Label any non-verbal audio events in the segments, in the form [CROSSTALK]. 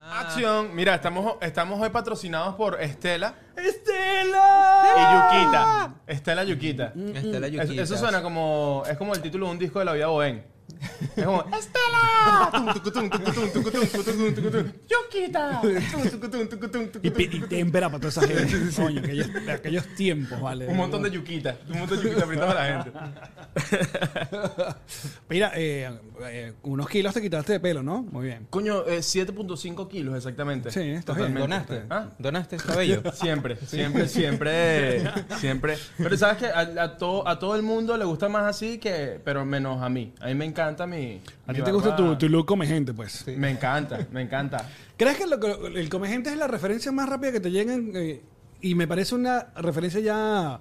canción. Mira, estamos, estamos hoy patrocinados por Estela y ¡Estela! ¡Ah! Yuquita. Estela Yuquita. Está la Es- yuquita. eso suena como. Es como el título de un disco de la vida Bohén. Es [LAUGHS] como. ¡Estela! ¡Yuquita! Y, pi- y témpera para toda esa gente. Coño, aquellos, de aquellos tiempos, vale. Un montón de yuquitas. Un montón de yuquitas brindando a la gente. Mira, eh, eh, unos kilos te quitaste de pelo, ¿no? Muy bien. Coño, eh, 7.5 kilos exactamente. Sí, está bien. ¿Donaste? ¿Ah? ¿Donaste [LAUGHS] el cabello? Siempre, siempre, siempre, siempre. Pero sabes que a, a todo, a todo el mundo le gusta más así que, pero menos a mí. A mí me encanta mi. A mi ti te barba. gusta tu, tu look come gente, pues. Me encanta, me encanta. ¿Crees que lo que- el come gente es la referencia más rápida que te llegan? eh, y me parece una referencia ya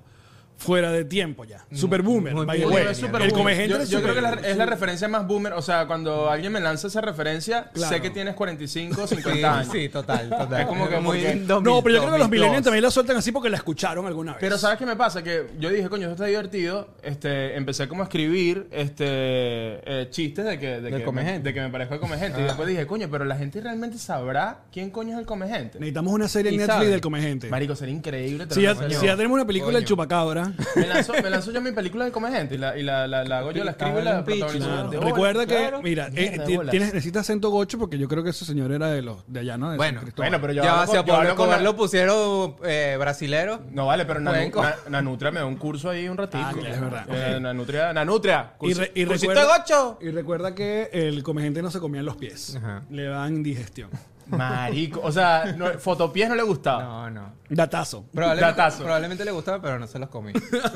fuera de tiempo ya. Mm, Super boomer. muy by the bien. way. [LAUGHS] Oye, es super el boomer. come gente yo, es yo super creo que la- boomer. es la referencia más boomer. O sea, cuando alguien me lanza esa referencia, Claro. sé que tienes 45, Sí, 50 años. sí, total, total. Es como que porque- No, pero yo creo que los 2002. millennials también la sueltan así porque la escucharon alguna vez. Pero ¿sabes qué me pasa? Que yo dije, coño, esto está divertido. Este, empecé como a escribir este, eh, chistes de que, de, Del que come me, gente. de que me parezco al comegente. Y después dije, coño, pero la gente realmente sabrá quién coño es el comegente. Necesitamos una serie en Y Netflix sabe. del come gente. Marico, sería increíble. te Si lo ya, juro. si ya tenemos una película del [LAUGHS] Coño. chupacabra. me, lanzo, me lanzo yo mi película del comegente y la, y la, la, la hago yo, la escribo y Cago en la un picho, protagonizo. claro. De bola, Recuerda que, claro. mira, eh, Mierda, ti- bola. tienes, necesitas acento gocho porque yo creo que ese señor era de los de allá, ¿no? De Bueno, San Cristóbal. Bueno, pero yo Ya hablo hacia con- yo hablo Pablo con la- Cobar lo pusieron eh, brasilero. No vale, pero Nanu- Cuenco. Na- Nanutria me da un curso ahí un ratito. Ah, claro, es verdad. Eh, Nanutria, Nanutria. y, cursi- re- y cursito recuerda, de gocho. y recuerda que el come gente no se comía en los pies. Ajá. Le dan digestión. Marico, o sea, no, fotopies no le gustaba. No, no. Datazo. Probablemente, Datazo. probablemente le gustaba, pero no se los [LAUGHS] comí. [LAUGHS]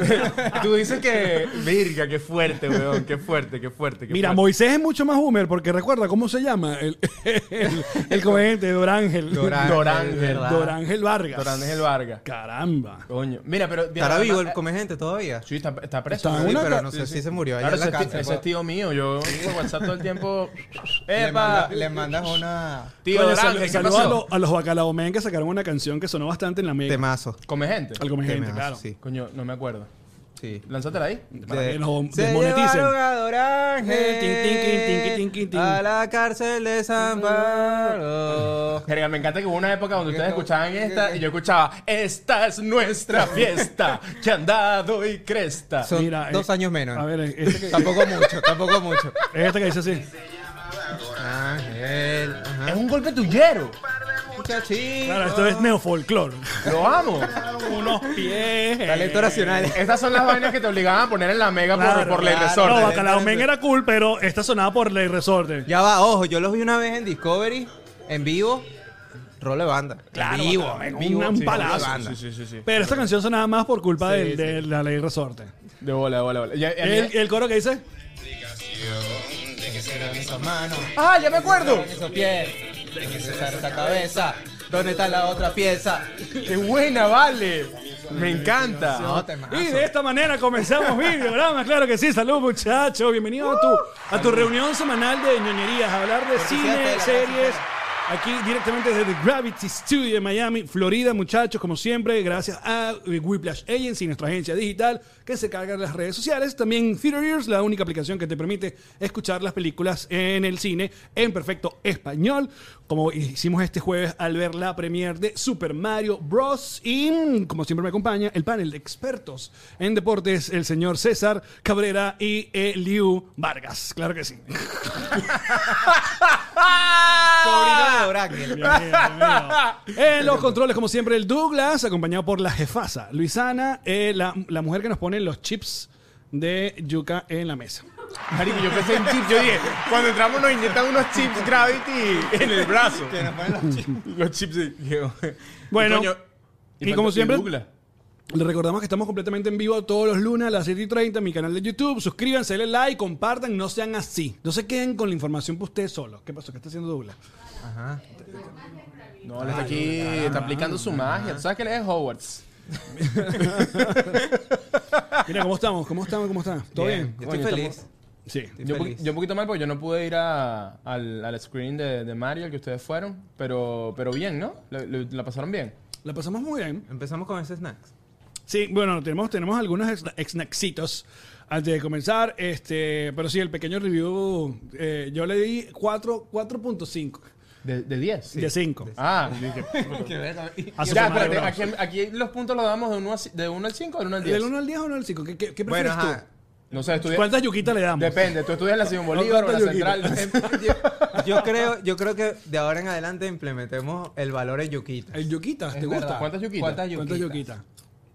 Tú dices que, virga, qué fuerte, weón, qué fuerte, qué fuerte. qué Mira, fuerte. Moisés es mucho más boomer porque recuerda cómo se llama el, [LAUGHS] el, el comediante Dorángel. Dorángel, Dorángel, ¿verdad? Dorángel Vargas. Dorán es el Vargas. Caramba. Coño. Mira, pero. ¿Estará además- vivo el come gente todavía? eh, Sí, está, está preso. Está ¿no? en Sí, una ca- pero no sé sí, si sí. se murió allá Claro, en la ese, es ti- cárcel. pues. ese es tío mío. Yo por WhatsApp todo el tiempo. [LAUGHS] Le, manda- ¡Epa! le mandas una... Tío Coño, Dorángel, salu- ¿qué saludo pasó? a, los- a los bacalaomen que sacaron una canción que sonó bastante en la mega. Temazo. Come gente. Al come gente, Temazo, claro. Sí, Coño, no me acuerdo. sí. Lánzatela ahí. Para Se- que nos se desmoneticen. llevaron a Dorángel Tin, tin, tin, tin, tin, tin, Mm. tin. a la cárcel de San Pablo. [LAUGHS] Jerga, me encanta que hubo una época donde ustedes escuchaban esta y yo escuchaba Esta es nuestra fiesta, que andado y cresta. Son Mira, dos eh, años menos. A ver, este que, Tampoco mucho, tampoco mucho. este que dice así. Ángel, ajá. Es un golpe tuyero. Muchachito. Claro, esto es neofolclor. Lo amo. Unos pies. Talento eh, nacional. Estas son las vainas que te obligaban a poner en la mega por- Claro, por, la claro. Resorte. No, bacalaomen era cool, pero esta sonaba por Ley Resorte. Ya va, ojo, yo los vi una vez en Discovery, en vivo. Role banda. Claro, en vivo, bacalao, en vivo. un- un sí, rol de palazo. banda. Sí, sí, sí, sí. Pero esta canción sonaba más por culpa del- de, la ley resorte. De bola, de bola, de bola. Ya- ya- El, el coro que dice, ¿De qué serán esas manos? ¡Ah, ya me acuerdo! Esos pies. ¿De qué será esa cabeza? ¿Dónde está la otra pieza? ¡Qué buena, vale! Me encanta. No, temazo. y de esta manera comenzamos videograma, [LAUGHS] claro que sí, salud muchachos, bienvenidos a tu, a tu reunión semanal de ñoñerías, a hablar de sea cine, tela, series, aquí directamente desde The Gravity Studio en Miami, Florida, muchachos, como siempre, gracias a Whiplash Agency, nuestra agencia digital que se carga de las redes sociales, también Theater Ears, la única aplicación que te permite escuchar las películas en el cine en perfecto español, como hicimos este jueves al ver la premiere de Super Mario Bros. Y como siempre me acompaña el panel de expertos en deportes, el señor César Cabrera y Eliu Vargas, claro que sí. Sobrino de Dorángel. En los controles, como siempre, el Douglas, acompañado por la jefasa, Luisana, eh, la, la mujer que nos pone los chips de yuca en la mesa. Marico, yo pensé en chips. Yo dije, cuando entramos nos inyectan unos chips Gravity en el brazo. Que nos ponen los chips. Los chips de Diego. Bueno, Coño, y como falta- siempre- Douglas. Les recordamos que estamos completamente en vivo todos los lunes a las 7 y 30 en mi canal de YouTube. Suscríbanse, denle like, compartan, no sean así. No se queden con la información para ustedes solos. ¿Qué pasó? ¿Qué está haciendo Douglas? Ajá. No, él está aquí, Ah, está aplicando su magia. ¿Tú sabes que él es Hogwarts? Mira, ¿cómo estamos? ¿Cómo estamos? ¿Cómo están? ¿Todo bien? Yo estoy Coño, feliz. estamos- Sí. Estoy Yo, un feliz. poqui- yo un poquito mal porque yo no pude ir a- al, al screen de, de Mario, el que ustedes fueron, pero, pero bien, ¿no? Lo- lo- ¿La, pasaron bien? La pasamos muy bien. Empezamos con ese snacks. Sí, bueno, tenemos, tenemos algunos ex- snacksitos antes de comenzar. Este, pero sí, el pequeño review, eh, yo le di cuatro- 4.5. ¿De de 10? De 5. Ah, Qué verga. Y- Hace ya, semana, espérate, bro. aquí, aquí los puntos los damos de 1 de uno al 5 o de 1 al 10. ¿Del 1 al 10 o 1 al 5? ¿Qué, qué, qué Bueno, prefieres ajá. No sé, estudia- ¿Cuántas yuquitas le damos? Depende, tú estudias en la Simón Bolívar o en la ¿Cuántas yuquitas? Central. [LAUGHS] no sé. Yo, [LAUGHS] yo creo, yo creo que de ahora en adelante implementemos el valor en yuquita. ¿El yuquitas? ¿Te Es gusta? verdad. ¿Cuántas yuquitas? ¿Cuántas ¿Cuántas yuquitas? yuquitas?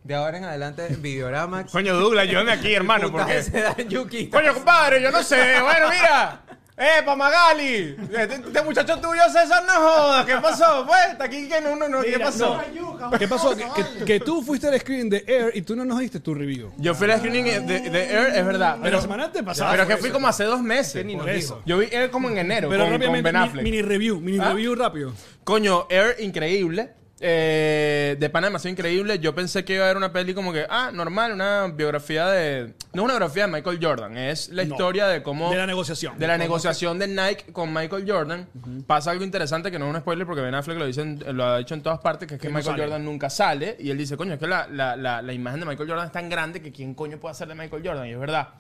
De ahora en adelante, [LAUGHS] Videoramax. Coño, Douglas, [LAUGHS] ayúdame aquí, hermano, putas porque... se dan yuquitas. Coño, compadre, yo no sé. Bueno, mira. ¡Eh, Pamagali! Este, este muchacho tuyo, César, no jodas. ¿Qué pasó? Pues, está aquí que no, no, no. ¿Qué Mira, pasó? no. ¿Qué pasó? Que, que- que tú fuiste al screen de Air y tú no nos diste tu review. Yo fui a la screening de, de Air, es verdad. Pero, Pero, la semana te pasaba. pero que fui como pues, hace dos meses. ni Por nos eso. Yo vi Air como en enero Pero con, con rápidamente, Ben mi- Affleck. mini review, mini ¿Ah? review rápido. Coño, Air increíble. Eh, de pana demasiado increíble. Yo pensé que iba a haber una peli como que, ah, normal, una biografía de. No es una biografía de Michael Jordan, es la No. historia de cómo. De la negociación. De la negociación de Nike con Michael Jordan. Pasa algo interesante que no es un spoiler porque Ben Affleck lo, dice en- lo ha dicho en todas partes, que es que no Michael sale. Jordan nunca sale. Y él dice, coño, es que la, la- la- la imagen de Michael Jordan es tan grande que quién coño puede hacer de Michael Jordan. Y es verdad.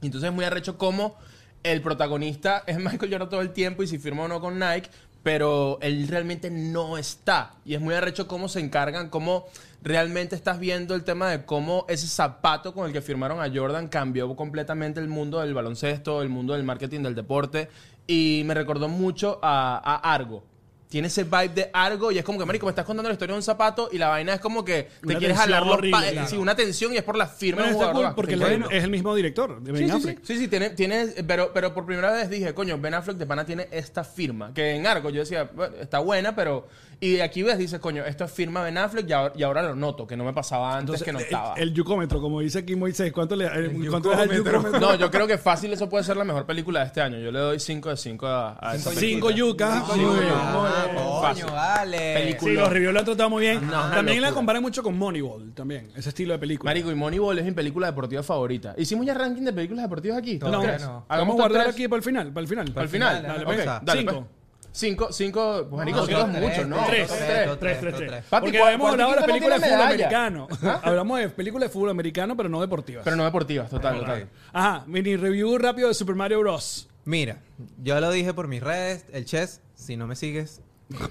Y entonces es muy arrecho cómo el protagonista [LAUGHS] es Michael Jordan todo el tiempo y si firma o no con Nike, pero él realmente no está. Y es muy arrecho cómo se encargan, cómo realmente estás viendo el tema de cómo ese zapato con el que firmaron a Jordan cambió completamente el mundo del baloncesto, el mundo del marketing, del deporte. Y me recordó mucho a, a Argo. Tiene ese vibe de Argo y es como que, marico, me estás contando la historia de un zapato y la vaina es como que te Una quieres tensión jalar los horrible, pa- eh, claro. sí, una tensión y es por la firma Bueno, de un jugador. está de cool básquet. porque Increíble. la- es el mismo director de Ben Sí, sí, sí, Affleck. sí, sí, tiene, tiene, pero, pero por primera vez dije, coño, Ben Affleck de pana tiene esta firma. Que en Argo yo decía, "Bueno, está buena, pero. Y aquí ves, dices, coño, esto es firma Ben Affleck y ahora, y ahora lo noto, que no me pasaba antes, que no el- estaba. El, yucómetro, como dice aquí Moisés, ¿cuánto le, el- ¿cuánto le da el [LAUGHS] yucómetro. yucómetro? No, yo creo que fácil eso puede ser la mejor película de este año. Yo le doy 5 de 5 a, a esa Cinco película. yucas. Coño, Muy bien, muy bien. ah, Fácil. coño, vale. Película. Sí, los reviews lo han tratado muy bien. Ajá, también la locura. comparan mucho con Moneyball, también, ese estilo de película. Marico, y Moneyball es mi película deportiva favorita. ¿Hicimos ya ranking de películas deportivas aquí? No, ¿Top tres? no. Vamos Vamos Hagamos a top guardar tres. aquí para el final, para el final. Al final. Dale, Ok, pues. dale, Cinco. pues. Cinco, cinco, pues, marico, No, cinco dos, es tres, mucho, ¿no? Tres, Dos, tres, tres, tres, tres. tres. Papi, Porque ¿cuál- habíamos cuál hablado de la equipo no película de tiene fútbol medalla? americano. [LAUGHS] Hablamos de películas de fútbol americano, pero no deportivas. Pero no deportivas, total, total. Ajá, mini review rápido de Super Mario Bros. Mira, yo lo dije por mis redes, el chess, si no me sigues.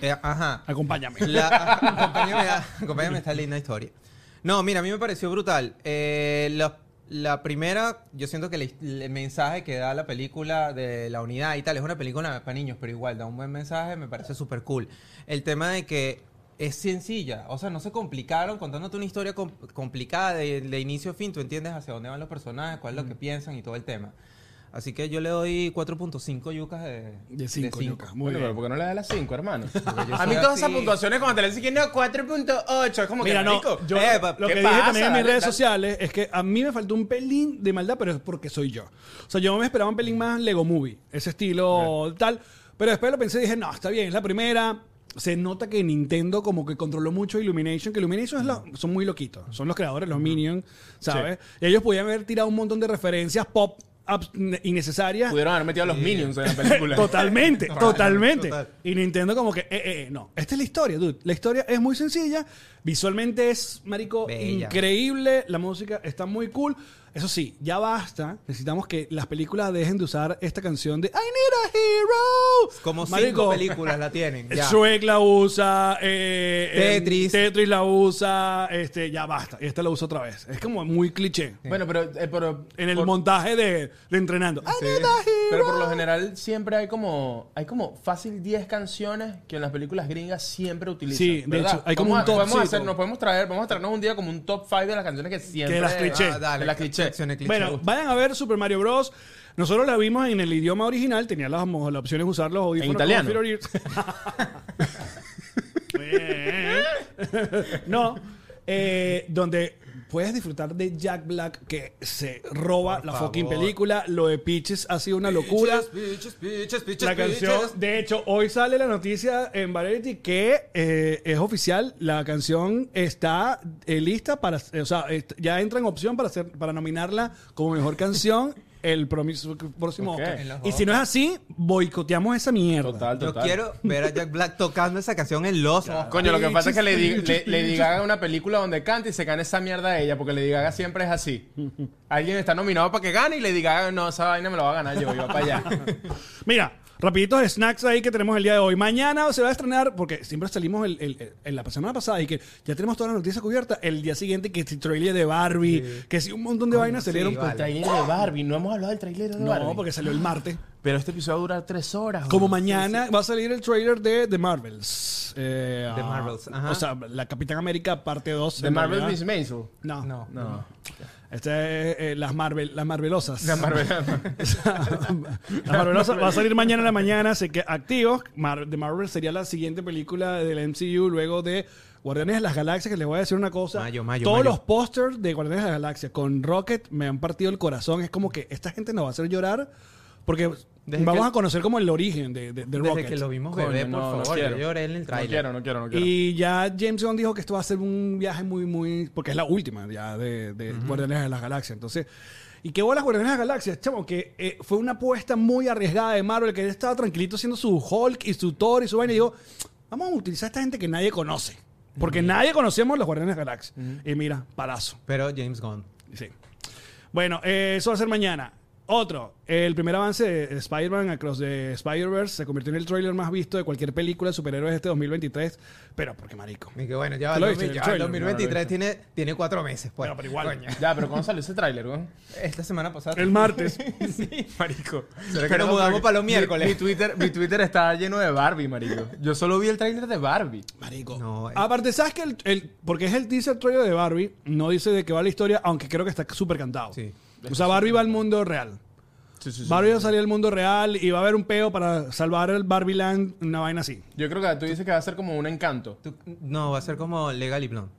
eh, ajá. Acompáñame. La- [LAUGHS] acompáñame, a- acompáñame a esta linda historia. No, mira, a mí me pareció brutal. Eh, la, la primera, yo siento que el, el mensaje que da la película de la unidad y tal, es una película para niños, pero igual da un buen mensaje, me parece súper cool. El tema de que es sencilla, o sea, no se complicaron contándote una historia com- complicada de, de inicio a fin, tú entiendes hacia dónde van los personajes, cuál es Mm. lo que piensan y todo el tema. Así que yo le doy 4.5 yucas de De cinco, cinco. yucas. Muy Bueno, bien. pero ¿por qué no le das las 5, [LAUGHS] hermano? yo A mí soy todas así. esas puntuaciones cuando te le dicen que no, 4.8, es como Mira, que no, marico, yo eh, pa- lo ¿qué que dije pasa? también en mis Dale, redes dale. sociales es que a mí me faltó un pelín de maldad, pero es porque soy yo. O sea, yo me esperaba un pelín más Lego Movie, ese estilo tal. Pero después lo pensé y dije, no, está bien, es la primera. Se nota que Nintendo como que controló mucho Illumination, que Illumination es la- son muy loquitos. Son los creadores, los Minions, ¿sabes? Y ellos podían haber tirado un montón de referencias pop abs- innecesarias. Pudieron haber metido a los Minions en la [LAUGHS] [LAUGHS] película. Totalmente, totalmente. total. Y Nintendo como que, eh, eh, eh, no. Esta es la historia, dude. La historia es muy sencilla. Visualmente es, marico, Bella. increíble. La música está muy cool. Eso sí, ya basta. Necesitamos que las películas dejen de usar esta canción de I Need a Hero. Como Marico, cinco películas la [LAUGHS] tienen. ya. Shrek la usa, eh, eh, Tetris. Tetris la usa, este, ya basta. Esta la usa otra vez. Es como muy cliché. Bueno, pero... eh, pero En el por- montaje de, de entrenando. I Sí. need a hero. Pero por lo general siempre hay como hay como fácil 10 canciones que en las películas gringas siempre utilizan. Sí, de ¿verdad? hecho, hay como Vamos un a- podemos topcito. hacer- nos podemos traer, vamos a traernos un día como un top 5 de las canciones que siempre Que las cliché. Ah, dale, de las cliché. canciones cliché. Bueno, vayan a ver Super Mario Bros. Nosotros la vimos en el idioma original, tenía las, la opción de usar los audífonos. ¿En italiano? con Fear Ears. no, eh, donde puedes disfrutar de Jack Black que se roba Por la favor. fucking película. Lo de Peaches ha sido una locura. Bitches, bitches, bitches, La canción, bitches. de hecho, hoy sale la noticia en Variety que eh, es oficial. La canción está eh, lista para, eh, o sea, est- ya entra en opción para ser, para nominarla como mejor canción el promis- próximo Ok. Oscar. En los Y si no es así, boicoteamos esa mierda. Total, Yo total. quiero ver a Jack Black tocando esa canción en los Oscars. Coño, lo que pasa es que le, di- le, Lady Gaga una película donde canta y se gana esa mierda a ella, porque Lady Gaga siempre es así. Alguien está nominado para que gane y Lady Gaga, no, esa vaina me la va a ganar yo, yo para allá. Mira, rapiditos snacks ahí que tenemos el día de hoy. Mañana se va a estrenar, porque siempre salimos el, el- el- en la semana pasada y que ya tenemos toda la noticia cubierta. El día siguiente, que si trailer de Barbie, que si un montón de vainas salieron. sí, por- [LAUGHS] vale. El trailer de Barbie. No hemos hablado del trailer de Barbie. No, porque salió el martes. Pero este episodio va a durar tres Ah, horas. Como güey. mañana va a salir el trailer de The Marvels. Eh, The ah, Marvels, ajá. O sea, la Capitán América parte 2. De en Marvel realidad. Miss Maisel. No. No. No. Este es eh, las, Marvel, las Marvelosas. De [LAUGHS] [LAUGHS] Marvel. Las Marvelosas va a [LAUGHS] salir mañana en la mañana, sé que activos. Mar- The Marvel sería la siguiente película del MCU luego de Guardianes de las Galaxias, que les voy a decir una cosa. Mayo, mayo, Todos mayo. los pósters de Guardianes de las Galaxias con Rocket me han partido el corazón. Es como que esta gente nos va a hacer llorar porque Desde vamos que- a conocer como el origen de, de- de Desde Rocket. que lo vimos Coño, bebé, por no, no favor, quiero. yo lloré en el No trailer. quiero, no quiero, no quiero. Y ya James Gunn dijo que esto va a ser un viaje muy, muy. Porque es la última ya de, de Guardianes de las Galaxias. Entonces. ¿Y qué bolas Guardianes de las Galaxias? Chamo, que eh, fue una apuesta muy arriesgada de Marvel, que él estaba tranquilito haciendo su Hulk y su Thor y su vaina. Y dijo, vamos a utilizar a esta gente que nadie conoce. Porque nadie conocemos los Guardianes de las Galaxias. Y mira, palazo. Pero James Gunn. Sí. Bueno, eh, eso va a ser mañana. Otro, el primer avance de Spider-Man Across the Spider-Verse se convirtió en el tráiler más visto de cualquier película de superhéroes de este 2023. Pero, porque marico. Y que bueno, ya va el ¿Tú lo viste, 2000, el ya va el trailer? 2023 tiene, tiene cuatro meses. Pues. Bueno, pero igual. Coño. Ya, pero ¿cuándo salió ese tráiler, güey? Esta semana pasada. [LAUGHS] El martes. sí, marico. Pero que Pero nos mudamos para los miércoles. Mi, Twitter, mi Twitter está lleno de Barbie, marico. Yo solo vi el tráiler de Barbie. Marico. No, eh. el- Aparte, ¿sabes que el, el- Porque es el teaser trailer de Barbie, no dice de qué va la historia, aunque creo que está súper cantado. Sí. O sea, Barbie va al mundo real. Sí, sí, sí. Barbie va a salir al mundo real y va a haber un peo para salvar el Barbie Land, una vaina así. Yo creo que tú dices que va a ser como un encanto. Tú- no, va a ser como Legal y Blonde.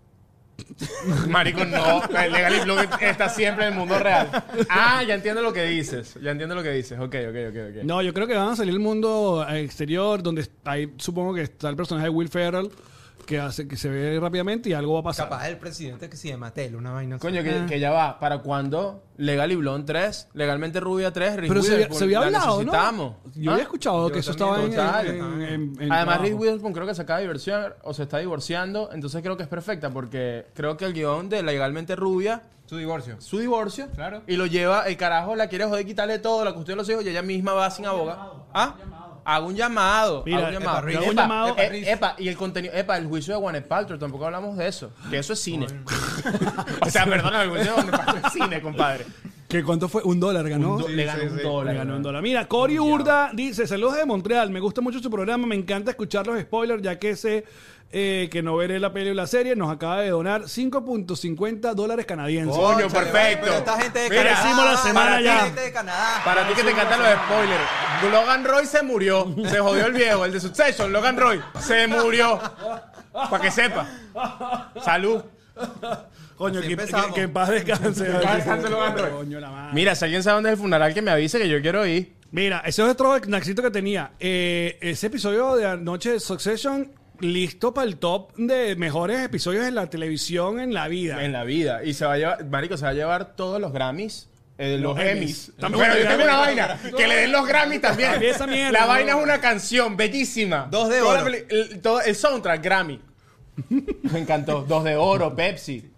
Marico, no. El Legally Blonde está siempre en el mundo real. Ah, ya entiendo lo que dices. Ya entiendo lo que dices. Ok, ok, ok, ok. No, yo creo que van a salir al mundo eh, exterior, donde ahí supongo que está el personaje de Will Ferrell, que, hace, que se ve rápidamente y algo va a pasar. Capaz el presidente que sí de Mattel, una vaina. así. Coño, Ah. que, que ya va. ¿Para cuándo? Legal y Blonde 3, Legalmente Rubia 3, Reese Pero se, había- Witherspoon, se había la hablado, necesitamos. ¿no? Yo ¿Ah? había escuchado que Yo eso estaba también, en, total. en- en- en Además, Reese trabajo. Witherspoon creo que se acaba de divorciar o se está divorciando, entonces creo que es perfecta porque creo que el guión de Legalmente Rubia, Su divorcio. su divorcio, Claro. y lo lleva, el carajo la quiere joder, quitarle todo, la cuestión de los hijos y ella misma va sin abogado. ¿Ah? Hago un llamado. Mira, hago un epa, llamado. Reese. Epa, Hago un llamado. epa, eh, epa, y el contenido, epa, el juicio de Gwyneth Paltrow, tampoco hablamos de eso, que eso es cine. [LAUGHS] o sea, perdóname, el juicio de Gwyneth Paltrow es cine, compadre. ¿Que ¿Cuánto fue? Un dólar ganó. Do- le ganó un dólar. Le ganó un dólar. Mira, Cory Urda dice, saludos de Montreal, me gusta mucho su programa, me encanta escuchar los spoilers, ya que sé eh, que no veré la peli o la serie, nos acaba de donar 5.50 dólares canadienses. Coño, Chale, perfecto. pero esta gente de Mira, Canadá. hicimos la semana para ti, ya. gente de Canadá. [LAUGHS] Para ti que te encantan los spoilers, Logan Roy se murió. Se jodió el viejo, el de Succession, Logan Roy. Se murió. Para que sepa. Salud. Coño, Así que, que, empezamos. que en paz descanse. paz descanse, Logan Roy. Coño, la madre. Mira, si alguien sabe dónde es el funeral, que me avise que yo quiero ir. Mira, ese es otro Naxito que tenía. Eh, ese episodio de anoche de Succession, listo para el top de mejores episodios en la televisión en la vida. En la vida. Y se va a llevar, Marico, se va a llevar todos los Grammys. eh, los, Los Emmys. Emmys. También- Bueno, yo tengo una vaina. Que le den los Grammys también. También esa mierda, la ¿no? vaina es una canción bellísima. Dos de Toda la oro. peli- el, todo- el soundtrack, Grammy. Me encantó. Dos de oro, Pepsi.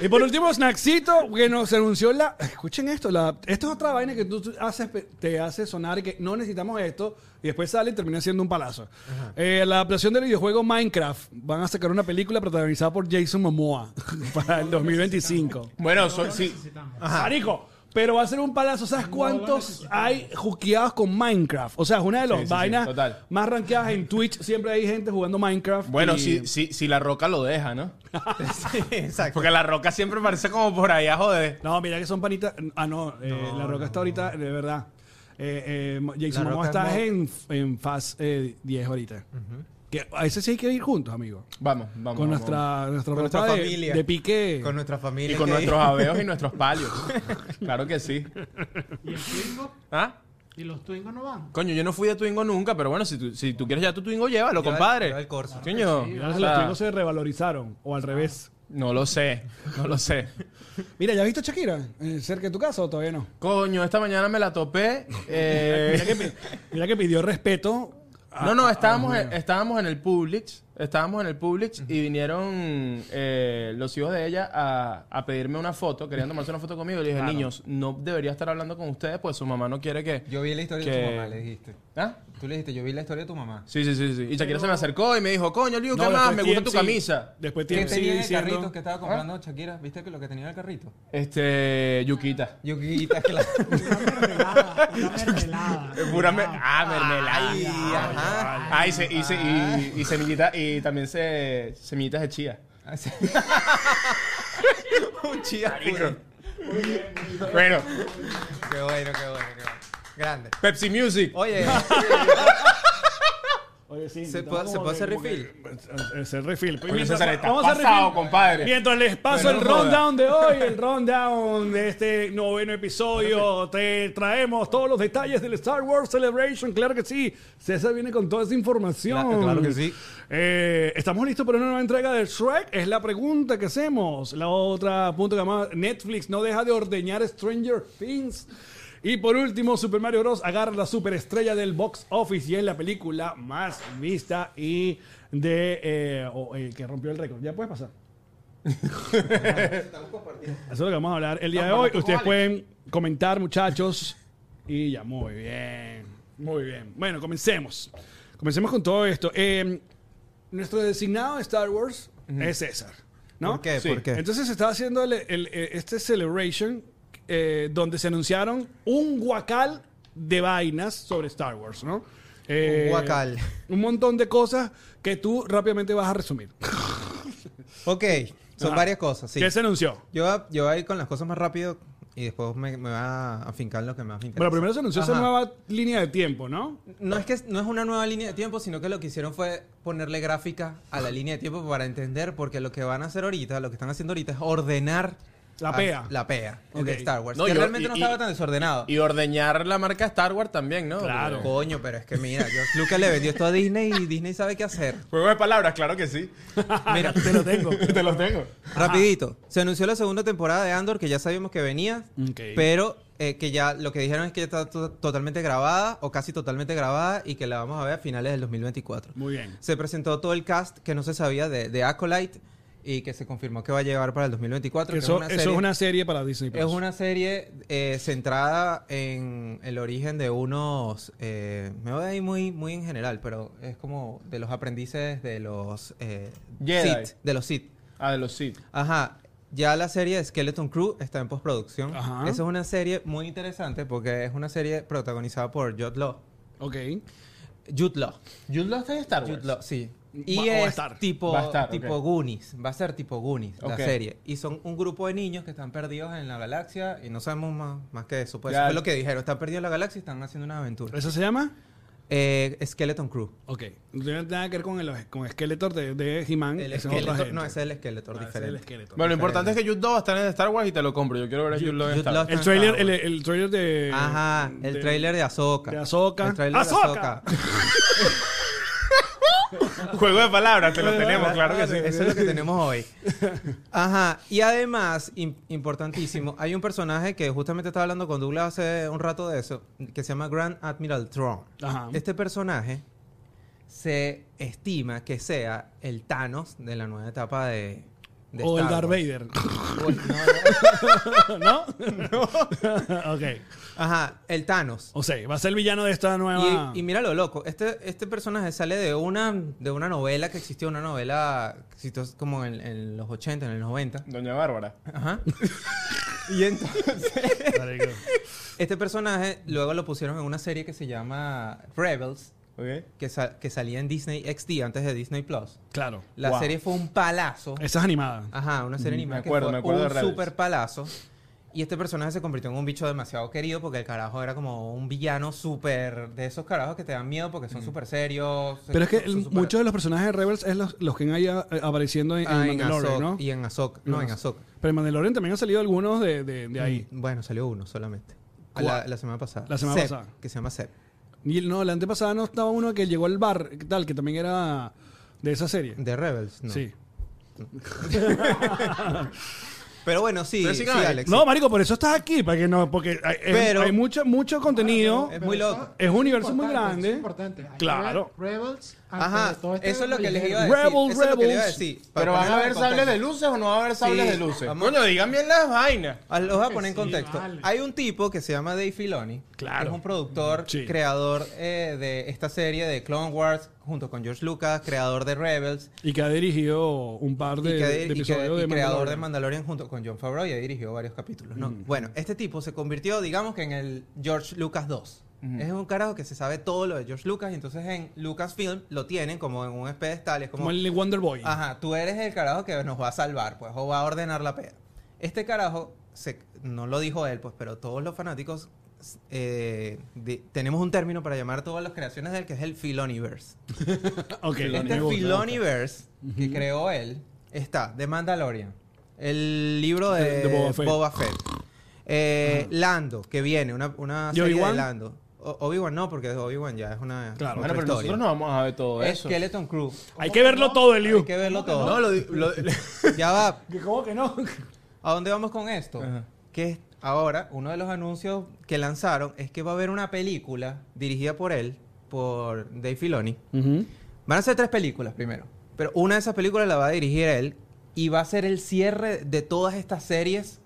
Y por último, Snacksito, que nos anunció la. Escuchen esto, la, esto es otra vaina que tú haces, te hace sonar que no necesitamos esto, y después sale y termina siendo un palazo. Eh, la adaptación del videojuego Minecraft. Van a sacar una película protagonizada por Jason Momoa [LAUGHS] para el 2025. Bueno, so- sí. Marico, pero va a ser un palazo. ¿Sabes cuántos hay juqueados con Minecraft? O sea, es una de las Sí, sí, sí, vainas total. más rankeadas en Twitch. Siempre hay gente jugando Minecraft. Bueno, y- si, si, si la roca lo deja, [LAUGHS] ¿no? Sí, exacto. Porque la roca siempre parece como por ahí a joder. No, mira que son panitas. Ah, no, eh, La Roca está ahorita, de verdad. Eh, eh, Mo- Jason La Momoa Roca está es en, en Fast eh, 10 ahorita. que, a ese sí hay que ir juntos, amigo. Vamos, vamos. vamos. Con nuestra, nuestra Con ropa nuestra de- familia. De, pique. Con nuestra familia. Y con que- [LAUGHS] nuestros aveos y nuestros palios. claro que sí. ¿Y el Twingo? ¿Ah? ¿Y los Twingos no van? Coño, yo no fui de Twingo nunca, pero bueno, si tú, si tú quieres ya tu Twingo, llévalo, Lleva el- compadre. lleva el Corsa. Coño. Mira, o los sea, chicos se revalorizaron. O al Ah. revés. No lo sé, no lo sé. Mira, ¿ya has visto a Shakira? Eh, ¿Cerca de tu casa o todavía no? Coño, esta mañana me la topé. eh, [LAUGHS] Mira que pidió respeto. a- no, no, a- estábamos a- Ah, en, estábamos en el Publix Estábamos en el Publix y vinieron eh, los hijos de ella a, a pedirme una foto, querían tomarse una foto conmigo. Y le dije, niños, no debería estar hablando con ustedes, pues su mamá no quiere que. Yo vi la historia de Que- tu mamá, le dijiste. ¿Ah? Tú le dijiste, yo vi la historia de tu mamá. Sí, sí, sí, sí. Y Shakira se me acercó y me dijo, coño, Liu, ¿qué No, más? después Me gusta tu TMZ camisa. Después ¿Qué tiene tenía en el diciendo. carrito que estaba comprando Shakira? ¿Viste que lo que tenía en el carrito? Este, Yuquita. Yo quita, [LAUGHS] claro. Una mermelada. Una mermelada. Pura me- ah, mermelada. Ay, ajá. Ah, y, se- y, se- y- y semillitas, y también se, semillitas de chía. [LAUGHS] Así. Un chía puro. Bueno, Qué bueno, qué bueno, qué bueno. Grande. Pepsi Music. [LAUGHS] Oye, [LAUGHS] Oye, sí, ¿se intentaba puede, se como puede que- hacer como que- refill? Hacer refill. Pues Coño, mientras- César, está vamos a hacer pasado, refill. compadre. Mientras les paso Bueno, el no joda. rundown de hoy, [LAUGHS] el rundown de este noveno episodio, te traemos todos los detalles del Star Wars Celebration, claro que sí. César viene con toda esa información. Claro- claro que sí. Eh, ¿Estamos listos para una nueva entrega de Shrek? Es la pregunta que hacemos. La otra punto que más, Netflix no deja de ordeñar Stranger Things. Y por último, Super Mario Bros. agarra la superestrella del box office y es la película más vista y de eh, o- eh, que rompió el récord. Ya puedes pasar. Eso es lo que vamos a hablar el día de hoy. Ustedes pueden comentar, muchachos. Y ya, muy bien. Muy bien. Bueno, comencemos. Comencemos con todo esto. Eh, nuestro designado de Star Wars es César. ¿no? ¿Por qué? Sí. ¿Por qué? Entonces se estaba haciendo el- el- eh, este celebration eh, donde se anunciaron un guacal de vainas sobre Star Wars, ¿no? Eh, Un guacal. Un montón de cosas que tú rápidamente vas a resumir. ok, son varias cosas, sí. ¿Qué se anunció? Yo, voy a- yo voy a ir con las cosas más rápido y después me, me va a fincar lo que más me interesa. Bueno, primero se anunció esa Ajá. nueva línea de tiempo, ¿no? No es que no es una nueva línea de tiempo, sino que lo que hicieron fue ponerle gráfica a la línea de tiempo para entender, porque lo que van a hacer ahorita, lo que están haciendo ahorita es ordenar La a- PEA. la PEA Ok. de Star Wars. No, que yo- realmente no y- estaba y- tan desordenado. Y ordeñar la marca Star Wars también, ¿no? Claro. Coño, pero es que mira, George Lucas le vendió esto a Disney y Disney sabe qué [LAUGHS] hacer. Juego de palabras, claro que sí. Mira, Te lo [LAUGHS] tengo. Te los tengo. [LAUGHS] rapidito. Se anunció la segunda temporada de Andor, que ya sabíamos que venía, Ok. pero eh, que ya lo que dijeron es que ya está to- totalmente grabada o casi totalmente grabada y que la vamos a ver a finales del 2024. Muy bien. Se presentó todo el cast que no se sabía de, de Acolyte y que se confirmó que va a llevar para el 2024. que Eso, es una eso serie, es una serie para Disney Plus. es una serie, eh, centrada en el origen de unos. eh, me voy a ir muy, muy en general, pero es como de los aprendices de los. Eh, Jedi. Sith, de los Sith. Ah, de los Sith. Ajá. Ya la serie de Skeleton Crew está en postproducción. Ajá. Esa es una serie muy interesante porque es una serie protagonizada por Jude Law. Ok. Jude Law. Jude Law está en Star Wars. Jude Law, sí. Y Mm, Va- o va a es estar. tipo, Va a estar, tipo ok. Goonies. Va a ser tipo Goonies Ok. la serie. Y son un grupo de niños que están perdidos en la galaxia y no sabemos más, más que eso. Pues Ya. eso fue lo que dijeron. Están perdidos en la galaxia y están haciendo una aventura. ¿Eso se llama? Eh, Skeleton Crew. Ok. No tiene nada que ver con, el, con Skeletor de, de He-Man. El ese ¿Mm? es otro Skeletor, agente. no, es el Skeletor Ah, ese es el diferente. Skeletor. Bueno, lo importante es que Jude Law va a estar en Star Wars y te lo compro. Yo quiero ver a Jude Law en Jude Star Law Wars. el trailer, el, el trailer de... Ah, Ajá, el de- tráiler de Ahsoka. de Ahsoka. El tráiler de ¡Ahsoka! Ahsoka. Juego de palabras, te lo tenemos, Eso es lo que tenemos hoy. Ajá. Y además, im- importantísimo, hay un personaje que justamente estaba hablando con Douglas hace un rato de eso, que se llama Grand Admiral Thrawn. Ajá. Este personaje se estima que sea el Thanos de la nueva etapa de, de o el Star Darth Wars. [LAUGHS] O Vader. el- no, no. [LAUGHS] ¿No? ok. Ajá, el Thanos. O sea, va a ser el villano de esta nueva... Y, y mira lo loco, este, este personaje sale de una, de una novela que existió, una novela que existió como en, en los 80, en el 90. Doña Bárbara. Ajá. y entonces, Marico. este personaje luego lo pusieron en una serie que se llama Rebels, ¿Ok? que, sa- que salía en Disney XD antes de Disney Plus. Claro. La Wow. serie fue un palazo. Esa es animada. Ajá, una serie animada que acuerdo, Mm, fue me acuerdo de un Rebels. super palazo. Y este personaje se convirtió en un bicho demasiado querido porque el carajo era como un villano súper de esos carajos que te dan miedo porque Mm. son súper serios. Pero es que son el- súper- muchos de los personajes de Rebels es los, los que han ahí a- apareciendo en, en Ah, en Mandalorian, Ahsoka, ¿no? Y en Ahsoka. No, en Ahsoka. Mm, Pero en Mandalorian también han salido algunos de, de- de ahí. Bueno, salió uno solamente. ¿Cuál? La, la semana pasada. La semana Seb, pasada. Que se llama Seb. Mm. Y el- no, la antepasada no estaba uno que llegó al bar, ¿qué tal? Que también era de esa serie. De Rebels, ¿no? Sí. Pero bueno, sí, Pero sí, sigan ahí. Alex. No, marico, por eso estás aquí, para que no, porque hay, es- Pero- Ah, hay mucho, mucho contenido. es muy loco. Es un universo muy Importante, eso grande. Es importante. Hay que Claro. ver Rebels ah, Ajá, ante todo este eso es lo que les iba a callejero. decir. Rebel, eso es lo que les iba a rebels. decir. Para Pero van a ponerlo en haber sables contexto. de luces o no va a haber sables Sí, de luces. vamos. Coño, digan bien las vainas. Ah, Los voy a poner en Sí, contexto. vale. Hay un tipo que se llama Dave Filoni. Claro. Que es un productor, Sí. creador eh, de esta serie de Clone Wars, junto con George Lucas, creador de Rebels. Y que ha dirigido un par Y, de, que- de y que- episodios y de creador de Mandalorian. Mm. Mandalorian junto con John Favreau y ha dirigido varios capítulos. ¿no? Bueno, este tipo se convirtió, digamos que en el George Lucas 2. Es un carajo que se sabe todo lo de George Lucas y entonces en Lucasfilm lo tienen como en un pedestal. Es Como el Wonder Boy. Ajá, tú eres el carajo que nos va a salvar, pues, o va a ordenar la peda. Este carajo, se- no lo dijo él, pues, pero todos los fanáticos eh, de- tenemos un término para llamar todas las creaciones de él, que es el Filoniverse. Ok, este me gusta. Filoniverse que creó él está de Mandalorian, el libro de, De- de Boba Boba Fett. Fett, Eh, Lando, que viene, una, una ¿Y serie de Obi-Wan? Lando. O- Obi-Wan no, porque Obi-Wan ya es una. Claro. Bueno, otra pero historia. nosotros no vamos a ver todo Es eso. Skeleton Crew. Hay que verlo todo, Hay Eliu. que verlo todo. No, lo, [LAUGHS] di- lo- Ya va. Que ¿Cómo que no? ¿A dónde vamos con esto? Ajá. Que es- ahora uno de los anuncios que lanzaron es que va a haber una película dirigida por él, por Dave Filoni. Ujú. Van a ser tres películas primero, pero una de esas películas la va a dirigir él y va a ser el cierre de todas estas series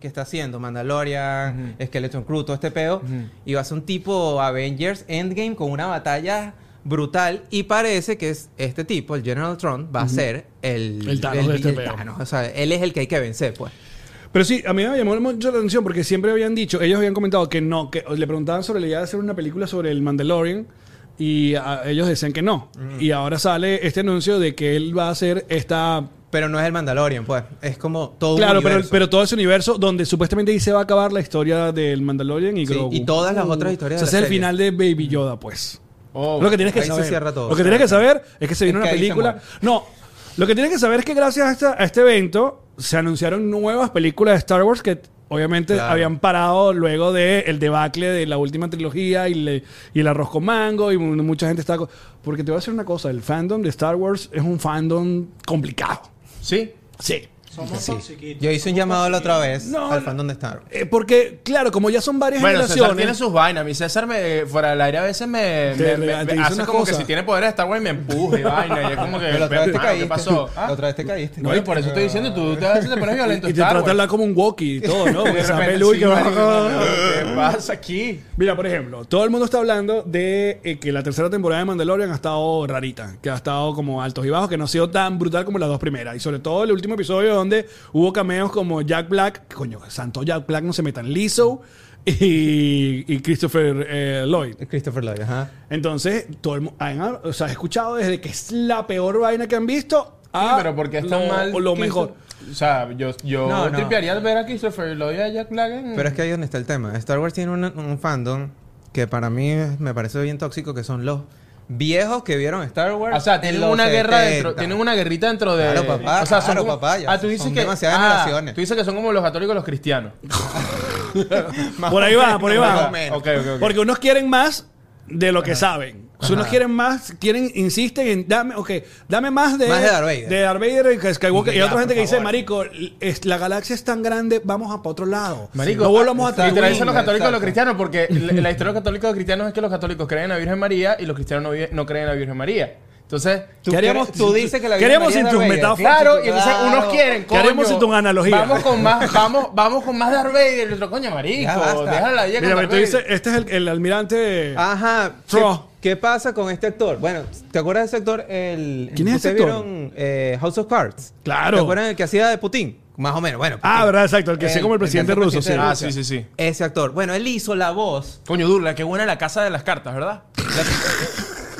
que está haciendo Mandalorian, Skeleton Crew, todo este peo. Y va a ser un tipo Avengers Endgame con una batalla brutal y parece que es este tipo, el General Tron, va a ser el, El Thanos de este el peo. Thanos. O sea, él es el que hay que vencer, pues. Pero sí, a mí me llamó mucho la atención porque siempre habían dicho, ellos habían comentado que no, que le preguntaban sobre la idea de hacer una película sobre el Mandalorian y ah, ellos decían que no. Mm. Y ahora sale este anuncio de que él va a hacer esta... Pero no es el Mandalorian, pues. Es como todo Claro, un pero, universo. pero todo ese universo donde supuestamente ahí se va a acabar la historia del Mandalorian y Sí, Grogu. Mm. y todas las otras historias O sea, de la es el serie. final de Baby Yoda, pues. Oh, Lo que tienes que ahí se saber. cierra todo. Lo que tienes que saber es que se viene Es una que ahí se película. muere. No, lo que tienes que saber es que gracias a, esta- a este evento se anunciaron nuevas películas de Star Wars que obviamente Claro. habían parado luego de el debacle de la última trilogía y, le- y el arroz con mango y mu- mucha gente está co- porque te voy a decir una cosa, el fandom de Star Wars es un fandom complicado. sí. Sí. Somos Sí. toxiquitos. Yo hice un llamado la otra vez No, al no. fandom de Star Wars. Eh, porque claro, como ya son varias Bueno, César tiene generaciones, sus vainas. Mi César me, fuera del aire a veces me, me- Te me- regala- me te dice hace unas como cosas. que si tiene poder de Star Wars me empuje y vaina. Y es como que, Pero la otra vez te "Mano, caíste. ¿qué pasó? La ¿Ah? otra vez te caíste. No, y por eso estoy diciendo, tú te- a veces te pones violento. y te Star trata de Wars. hablar como un walkie y todo, [LAUGHS] ¿no? Y [LAUGHS] Porque de esa repente, peluca sí, que- marico, ¿Qué pasa aquí? Mira, por ejemplo, todo el mundo está hablando de eh, que la tercera temporada de Mandalorian ha estado rarita, que ha estado como altos y bajos, que no ha sido tan brutal como las dos primeras. Y sobre todo el último episodio donde hubo cameos como Jack Black, que coño, santo Jack Black no se metan, Lizzo y, y Christopher eh, Lloyd. Christopher Lloyd, ajá. Entonces, todo el mundo, o sea, he escuchado desde que es la peor vaina que han visto. Sí, Ah, a pero porque está lo- mal. O lo Christopher- mejor. O sea, yo, yo No, no. tripearía al ver a Christopher Lloyd y a Jack Black en- Pero es que ahí es donde está el tema. Star Wars tiene un, un fandom que para mí me parece bien tóxico, que son los viejos que vieron Star Wars. O sea, en tienen los una guerra 70. dentro, tienen una guerrita dentro de. Claro, papá, o sea, son claro, como- papá, ya Ah, tú dices son que demasiadas ah, generaciones. Tú dices que son como los católicos y los [LAUGHS] cristianos. Más Por o ahí va, menos, por ahí más va. o menos. Ok, ok, ok. Porque unos quieren más de lo que saben. O sea, unos Ajá. quieren más, quieren, insisten en dame, ok, dame más de, Más de Darth Vader. de Darth Vader y que Skywalker. Y Ya, hay otra por gente que dice, favor. marico, es- la galaxia es tan grande, vamos a para otro lado. Marico, ah, no volvamos a Literal, Tatooine. son los católicos y los exacto. cristianos, [LAUGHS] porque la la historia de los católicos y los cristianos es que los católicos creen en la Virgen María y los cristianos no, vi- no creen en la Virgen María. Entonces, Tú ¿Qué haríamos quieres- tú sin- dices que la qué Virgen haríamos María sin es tus Darth Vader. metáforas? Claro, y entonces Claro. unos quieren. ¿Qué coño, haremos sin tu analogía? Vamos con más, vamos, vamos con más Darth Vader. Y otro, coño, Ya marico, basta. déjala ahí. Mira, pero tú dices, este es el, el almirante. Ah. Ajá. ¿Qué, Tro. qué pasa con este actor? Bueno, ¿te acuerdas de ese actor? El, ¿Quién es ese ¿ustedes actor? vieron eh, House of Cards? Claro. ¿Te acuerdan el que hacía de Putin? Más o menos, bueno. ah, Putin. verdad, exacto, el que sea como el presidente que hacía ruso. presidente sí. Ah, sí, sí, sí. Ese actor. Bueno, él hizo la voz. Coño, Durla, qué buena la casa de las cartas, ¿verdad? [LAUGHS]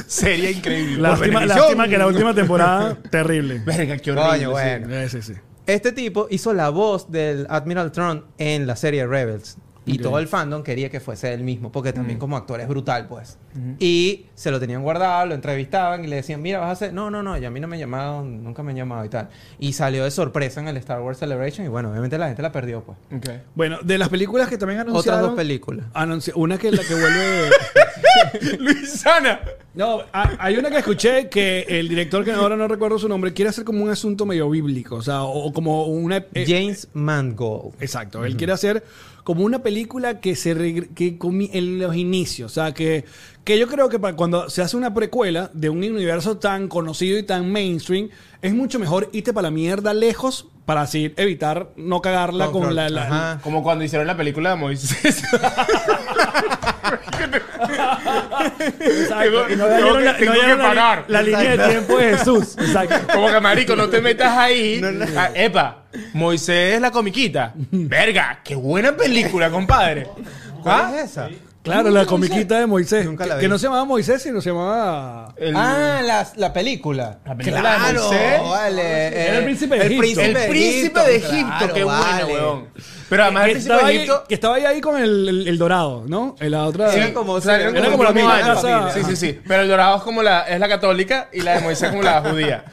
Sería increíble. Lástima, lástima que la última [LAUGHS] temporada, terrible. Verga, qué horrible. Coño, bueno. Eh, sí, sí. Este tipo hizo la voz del Admiral Tron en la serie Rebels. Y Ok. Mm. todo el fandom quería que fuese él mismo, porque también como actor es brutal, pues. Y se lo tenían guardado, lo entrevistaban y le decían, mira, vas a hacer... No, no, no, ya a mí no me llamaron, nunca me han llamado y tal. Y salió de sorpresa en el Star Wars Celebration y bueno, obviamente la gente la perdió, pues. sí. Ok. Bueno, de las películas que también anunciaron. Otras dos películas. [LAUGHS] Anunci- una que es la que vuelve. [LAUGHS] Luisana. No, ha- hay una que escuché que el director, que ahora no recuerdo su nombre, quiere hacer como un asunto medio bíblico, o sea, o, o como una... eh, James Mangold. Exacto, él quiere hacer como una película que se regre- que comi- en los inicios, o sea, que, que yo creo que para cuando se hace una precuela de un universo tan conocido y tan mainstream, es mucho mejor irte para la mierda lejos para así evitar no cagarla con la... la- Ajá. Como cuando hicieron la película de Moisés. [LAUGHS] [LAUGHS] Exacto, y no Tengo dieron que- la- no tengo que dieron la- parar. La línea de Exacto. tiempo de Jesús, exacto. Como que, marico, no te metas ahí. Ah, epa, Moisés la [LAUGHS] comiquita. Verga, qué buena película, compadre. ¿Cuál es esa? Claro, la comiquita de Moisés. Nunca que- la vi. que no se llamaba Moisés, sino se llamaba. El- Ah, la, la película. La película de Moisés. vale. Era el príncipe de Egipto. el príncipe de Egipto, claro, qué vale. bueno, weón. Pero además que, el príncipe estaba de ahí, Egipto. que estaba ahí, ahí con el, el- el dorado, ¿no? En la otra. Era como- salieron era como como la los misma mismos raza. años. Sí, Ajá. sí, sí. Pero el dorado es como la, es la católica y la de Moisés como la judía.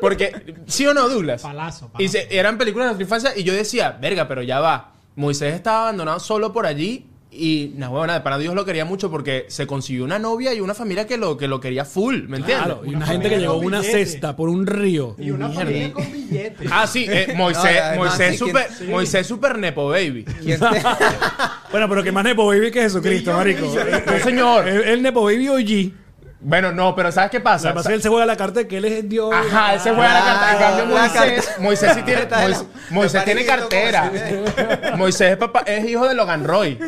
Porque, ¿sí o no, Douglas? Palazo, palazo. Y se- eran películas de nuestra infancia y yo decía, verga, pero ya va. Moisés estaba abandonado solo por allí y, nah, huevona, de para Dios lo quería mucho porque se consiguió una novia y una familia que lo, que lo quería full, ¿me entiendes? Claro, y una Una gente que familia llegó con una billete. cesta por un río. Y una familia con billetes. Ah, sí, eh, No, y Moisés, además, Moisés, sí, super, que- Moisés super nepo baby. [LAUGHS] ¿Quién te- Bueno, pero que más Nepo Baby que Jesucristo, marico. Eh, No, señor. El, el Nepo Baby OG. Bueno, no, pero ¿sabes qué Lo pasa? que pasa es que él se juega la carta de que él es Dios. Ajá, él se juega Ah, la carta. En cambio, La Moisés, Moisés sí tiene, Está de la- Mois- Moisés me tiene parece cartera. [LAUGHS] Moisés es, papá, es hijo de Logan Roy.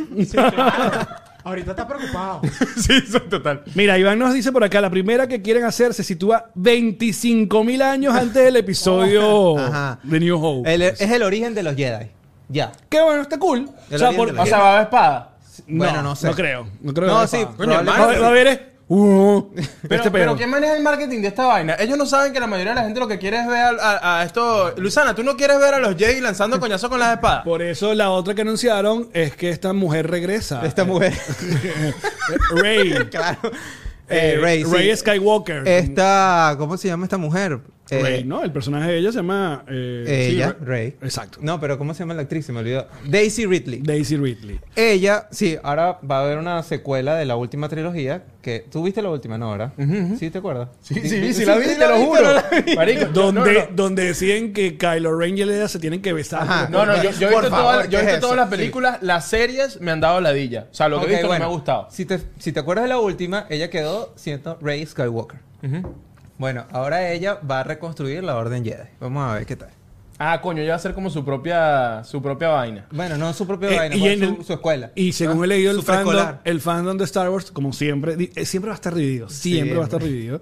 Ahorita está preocupado. [LAUGHS] sí, son total. Mira, Iván nos dice por acá, la primera que quieren hacer se sitúa 25 mil años antes del episodio Ajá. de New Hope. El- es el origen de los Jedi. Ya. Qué bueno, está cool. El O sea, origen por- de la O sea, va a espada. Bueno, no sé. No creo. No creo. No, que sí, sepa. coño, Va- hermano. Va a ver, es. [LAUGHS] Uh, Pero, pero este pedo. ¿quién maneja el marketing de esta vaina? Ellos no saben que la mayoría de la gente lo que quiere es ver a, a- a esto. Luzana, ¿tú no quieres ver a los Jedi lanzando coñazo con las espadas? Por eso la otra que anunciaron es que esta mujer regresa. Esta [LAUGHS] mujer. [LAUGHS] Rey. claro. Eh, Eh, Rey, sí. Skywalker. Esta, ¿cómo se llama esta mujer? Eh, Rey, ¿no? El personaje de ella se llama. eh, sí, Ella, Re- Rey. Exacto. No, pero ¿cómo se llama la actriz? Se me olvidó. Daisy Ridley. Daisy Ridley. Ella, sí, ahora va a haber una secuela de la última trilogía. Que, ¿Tú viste la última, no, verdad? ¿Sí te acuerdas? Sí, sí, sí, la vi, te lo viste, juro. no la vi. Marico, yo- Donde, no, no. donde deciden que Kylo Ren y Leia se tienen que besar. Ajá. No, no, yo, yo he Por visto, favor, todas- yo he ¿qué visto es todas eso? las películas, las series me han dado ladilla. O sea, lo que Ok, he visto bueno. no me ha gustado. Si te, si te acuerdas de la última, ella quedó siendo Rey Skywalker. Bueno, ahora ella va a reconstruir la Orden Jedi. Vamos a ver qué tal. Ah, coño, ella va a ser como su propia, su propia vaina. Bueno, no su propia Eh, vaina, y pues, en su, el- su escuela. Ah, Y según he leído el Su fandom, eh, preescolar. el fandom de Star Wars, como siempre, di- eh, siempre va a estar dividido. Siempre va a estar dividido.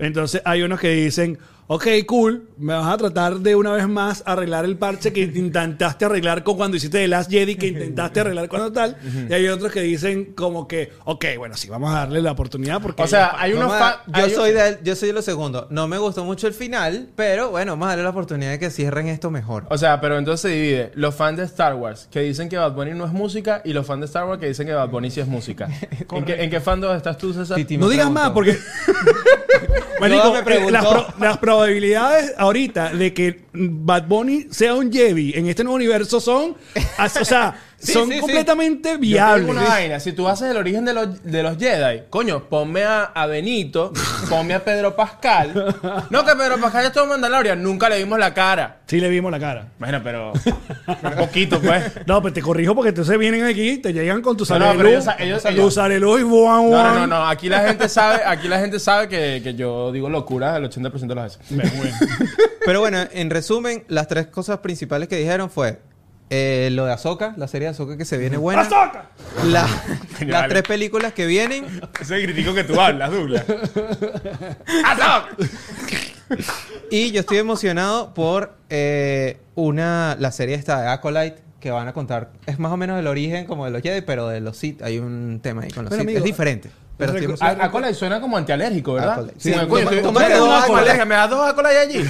Entonces hay unos que dicen, ok, cool, me vas a tratar de una vez más arreglar el parche que intentaste arreglar con cuando hiciste The Last Jedi, que intentaste arreglar cuando tal. Y hay otros que dicen como que, ok, bueno, sí, vamos a darle la oportunidad porque... O sea, hay unos Vamos fans. a- yo, soy de, yo soy de lo segundo. No me gustó mucho el final, pero bueno, vamos a darle la oportunidad de que cierren [LAUGHS] esto mejor. O sea, pero entonces se divide los fans de Star Wars que dicen que Bad Bunny no es música y los fans de Star Wars que dicen que Bad Bunny sí es [LAUGHS] música. ¿En, qué, ¿En qué fandom estás tú, César? Titi no me digas preguntó. más porque... [LAUGHS] Marico, Yoda me eh, preguntó. las, pro- las probabilidades ahorita de que Bad Bunny sea un Jedi en este nuevo universo son, as- [LAUGHS] o sea, Sí, son sí, sí. completamente Yo te digo viables. una vaina. Si tú haces el origen de los, de los Jedi, coño, ponme a, a Benito, ponme a Pedro Pascal. No, que Pedro Pascal ya estuvo en Mandalorian, nunca le vimos la cara. Sí le vimos la cara. Bueno, pero. pero poquito, pues. [LAUGHS] No, pero te corrijo porque entonces vienen aquí, te llegan con tus No, no, areluz. pero ellos- ellos- tus ellos- areluz y guau, No, guau. no, no, no. Aquí la gente sabe, aquí la gente sabe que, que yo digo locuras el 80% de las veces. Pero bueno, en resumen, las tres cosas principales que dijeron fue eh, lo de Ahsoka, la serie de Ahsoka que se viene buena. ¡Ahsoka! [LAUGHS] La- Coño, las vale. tres películas que vienen. Ese crítico que tú hablas, Douglas. Y yo estoy emocionado por eh, una, la serie esta de Acolyte que van a contar. Es más o menos el origen como de los Jedi, pero de los Sith. Hay un tema ahí con los Pero, Sith. amigo, es diferente. Pero estoy recu- emocionado. A Acola suena como antialérgico, ¿verdad? Acola. Sí, Como, toma- coño, estoy- toma Mira, dos dos Acola. Acola, me das dos Acola allí.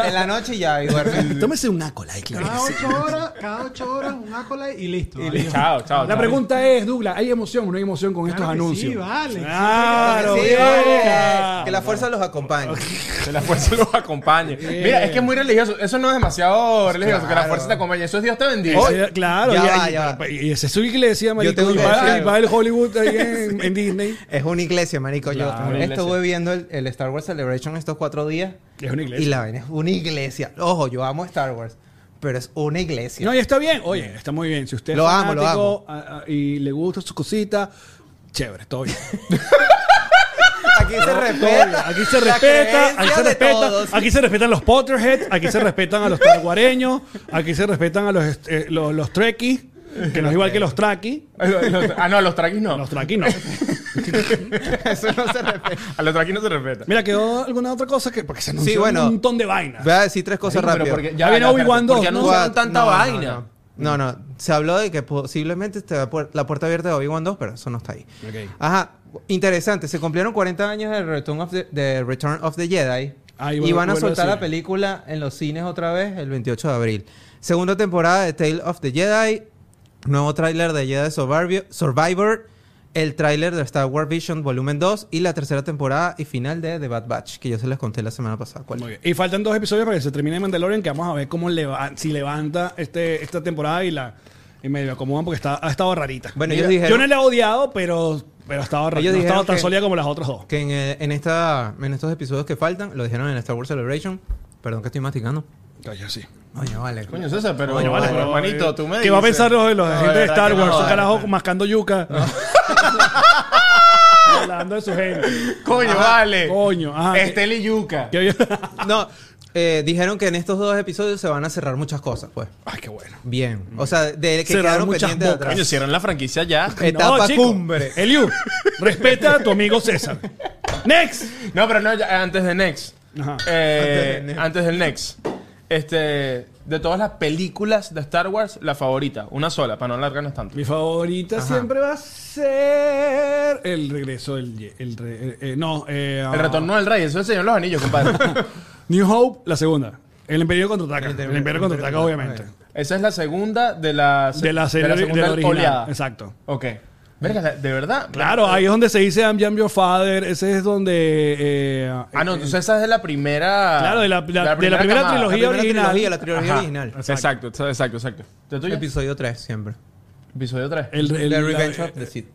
Ah, en la noche y ya, y [LAUGHS] duerme. Tómese un Acola, claro. Cada ocho horas, cada ocho horas un Acolyte y listo. adiós. Chao, chao. La chao. pregunta es, Douglas, ¿hay emoción o no hay emoción con estos Claro que anuncios? Ah, Sí, vale. Claro, Sí, bien. vale, que la fuerza los acompañe. Que la fuerza los acompañe. Mira, es que es muy religioso. Eso no es demasiado religioso. Que la Claro. fuerza te acompañe. Eso es Dios te bendiga. Ese- claro, Ya y- va, y- ya va. y esa es su iglesia, marico. tengo y que va, decir y va el Hollywood ahí [LAUGHS] en, en Disney. Es una iglesia, marico. Claro, Yo una iglesia. estuve viendo el, el Star Wars Celebration estos cuatro días. Es una Y la ven, es una iglesia. Ojo, yo amo Star Wars, pero es una iglesia. No, y está bien. Oye, está muy bien. Si usted es Lo amo, lo fanático, a- a- y le gusta su cosita, chévere, todo [LAUGHS] bien. aquí se respeta. Aquí se la respeta, creencia aquí se de respeta, todos. aquí se respetan los Potterheads, aquí se respetan a los targuareños, aquí se respetan a los est- eh, los, los trekkies, que no es igual que los traqui. ah, no, a los traquis no. Los traqui no. Eso no se respeta. A los traquis no se respeta. Mira, quedó alguna otra cosa que porque se anunció bueno. un montón de vainas. Voy a decir tres cosas Pero rápido. porque- Ya viene espérate, Obi-Wan ¿por qué 2, ¿no? anunciaron Guad- tanta no, no, vaina? No, no, no. Se habló de que posiblemente esté la puer- la puerta abierta de Obi-Wan 2, pero eso no está ahí. Ok. Ajá. Interesante. Se cumplieron 40 años de Return of the, de Return of the Jedi. Ah, y y vuelve- van a vuelve al soltar cine. la película en los cines otra vez el 28 de abril. Segunda temporada de Tale of the Jedi. Nuevo tráiler de Jedi Survivor. Survivor, El tráiler de Star Wars Vision Volumen 2. Y la tercera temporada y final de The Bad Batch, que yo se les conté la semana pasada. ¿Cuál? Muy bien. Y faltan dos episodios para que se termine Mandalorian, que vamos a ver cómo leva- si levanta este, esta temporada y la y medio acomodan porque está, ha estado rarita. Bueno, yo, ellos dijeron- yo no la he odiado, pero, pero ha estado rarita. Ellos No ha estado dijeron tan que- sólida como las otras dos. Que en, eh, en esta, en estos episodios que faltan, lo dijeron en Star Wars Celebration. Perdón que estoy masticando. Coño, sí. Coño, vale. Coño, César, pero. Coño, vale, pero- hermanito, tú me ¿Qué va a dices? pensar los, los No, gente de verdad Star que Wars? no, un vale. carajo mascando yuca. [LAUGHS] Hablando de su gente. Coño, vale. Coño, ajá. Estel y Yuca. [LAUGHS] Que- No, eh, dijeron que en estos dos episodios se van a cerrar muchas cosas, pues. Ay, qué bueno. Bien. O sea, de que Cerraron quedaron muchas pendientes de bocas. Coño, atrás. cierran la franquicia ya. Este, Etapa chico. cumbre. Eliu, respeta a tu amigo César. Next. No, pero no, ya, antes de Next. Ajá. Eh, Antes de Next. antes del Next. Este. De todas las películas de Star Wars, la favorita. Una sola, para no alargarnos tanto. Mi favorita Ajá. siempre va a ser el regreso del Ye- el re- eh, eh, no eh, ah, El retorno del rey, eso es el Señor de los Anillos, [LAUGHS] compadre. New Hope la segunda el Imperio contraataca El el, Imperio- Imperio contraataca Imperio- obviamente Esa es la segunda de la, de la serie de la, segunda original oleada. exacto Ok. Verga, la- de verdad. Ah, claro ahí es donde se dice I'm, I'm your father ese es donde eh, Ah, no, eh, entonces esa es de la primera. Claro, de la- de la- de la primera camada. La trilogía. primera original. trilogía, la trilogía Ajá. original. Exacto, exacto, exacto. exacto. ¿De tuya? Eh, Episodio 3 siempre. Episodio 3. el, el- The la- eh, Revenge of the Sith.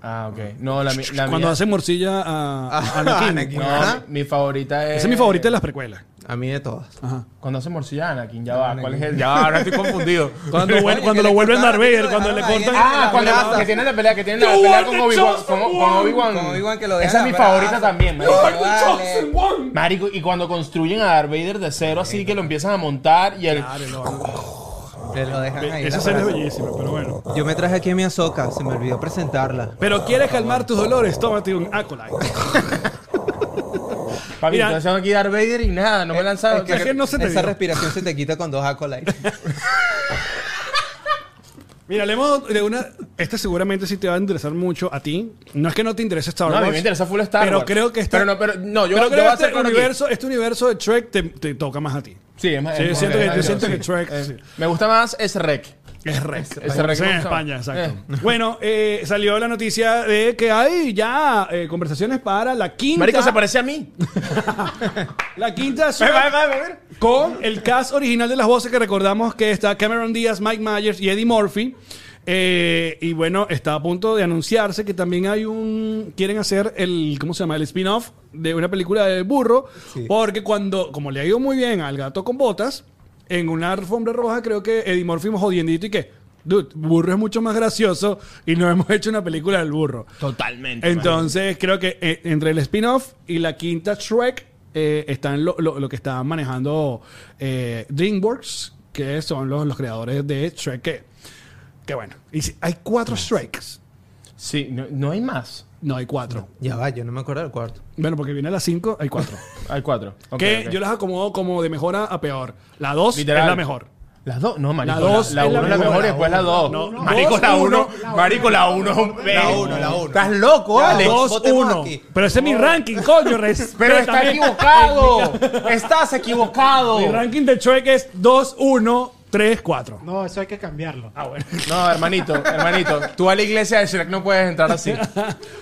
Ah, ok. No, la, mi- la cuando mía. hace morcilla a, a Anakin. Anakin. No, Ajá. mi, mi favorita es. esa es mi favorita de las precuelas A mí de todas. Ajá. Cuando hace morcilla Anakin, ya va. Anakin. ¿Cuál es el? Ah, Ya va, ahora estoy [LAUGHS] confundido. cuando, vuel- Coño, cuando que lo le vuelven cortaron, Darth lo cuando le dejaron ahí en- cortan Ah, La cuando brasa. que tienen la pelea, que tienen la You pelea are con the Obi-Wan. chosen Con, con one. Obi-Wan. Con Obi-Wan que lo Esa es dejan mi abrazo. favorita también, No, marico. vale. Marico, y cuando construyen a Darth Vader de cero, así que lo empiezan a montar y el. Te lo dejan ahí. esa serie es bellísima pero bueno Yo me traje aquí a mi Azoka, se me olvidó presentarla. pero quieres calmar tus dolores tómate un Acolyte Papi, Mira. estoy haciendo aquí Darth Vader y nada, no me lanzaron. es que no se te Esa dio. respiración se te quita con dos Acolytes. Mira, hablemos de una. Esta seguramente sí te va a interesar mucho a ti. No es que no te interese Star No, Wars. a mí me interesa full Star pero Wars. Creo que este, Pero no, pero- no, yo- yo voy a creo que ser este claro aquí. universo, este universo de Trek te, te toca más a ti. Sí, es más. Sí, es yo más siento que, yo grande, siento sí. que Trek sí. Me gusta más es rec. es Rek. es Como Rek, dicen en ¿no? España, exacto. [LAUGHS] Bueno, eh, salió la noticia de que hay ya eh, conversaciones para la quinta. Marico, se parece a mí. La quinta suite con el cast original de las voces que recordamos que está Cameron Díaz, Mike Myers y Eddie Murphy. Eh, y bueno, está a punto de anunciarse que también hay un. Quieren hacer el. ¿Cómo se llama? El spin-off de una película de burro. Porque cuando. Como le ha ido muy bien al gato con botas, en una alfombra roja, creo que Eddie Murphy jodiendito y que. Dude, burro es mucho más gracioso y no hemos hecho una película del burro. Totalmente. Entonces, creo que eh, entre el spin-off y la quinta Shrek eh, están lo, lo- lo que están manejando eh, DreamWorks, que son los, los creadores de Shrek. Que, que bueno, y si- hay cuatro Shreks. Sí, no, no hay más. No, hay cuatro. ya va, yo no me acuerdo del cuarto. Bueno, porque viene la cinco, hay cuatro. Hay cuatro. [LAUGHS] Ok, que ok. yo las acomodo como de mejor a, a peor. La dos Literal. es la mejor. Las dos, no, marico. La La, dos la es la uno es la mejor. mejor y después la dos. No, no. Marico, Dos, la uno. uno. Marico, la uno es un La pez. uno, la uno. Estás loco, Ya, Alex. dos. 2-1. Votemos aquí. Pero ese es mi ranking, [LAUGHS] coño. respétame. Pero está [LAUGHS] equivocado. Estás equivocado. Mi ranking de Shrek es 2-1-3-4. No, eso hay que cambiarlo. Ah, bueno. No, hermanito, hermanito. Tú a la iglesia de Shrek no puedes entrar así.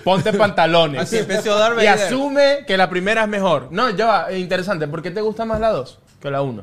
Ponte pantalones. Así empezó Darth Y Vader. asume que la primera es mejor. No, ya va. eh, Interesante. ¿Por qué te gusta más la dos que la uno?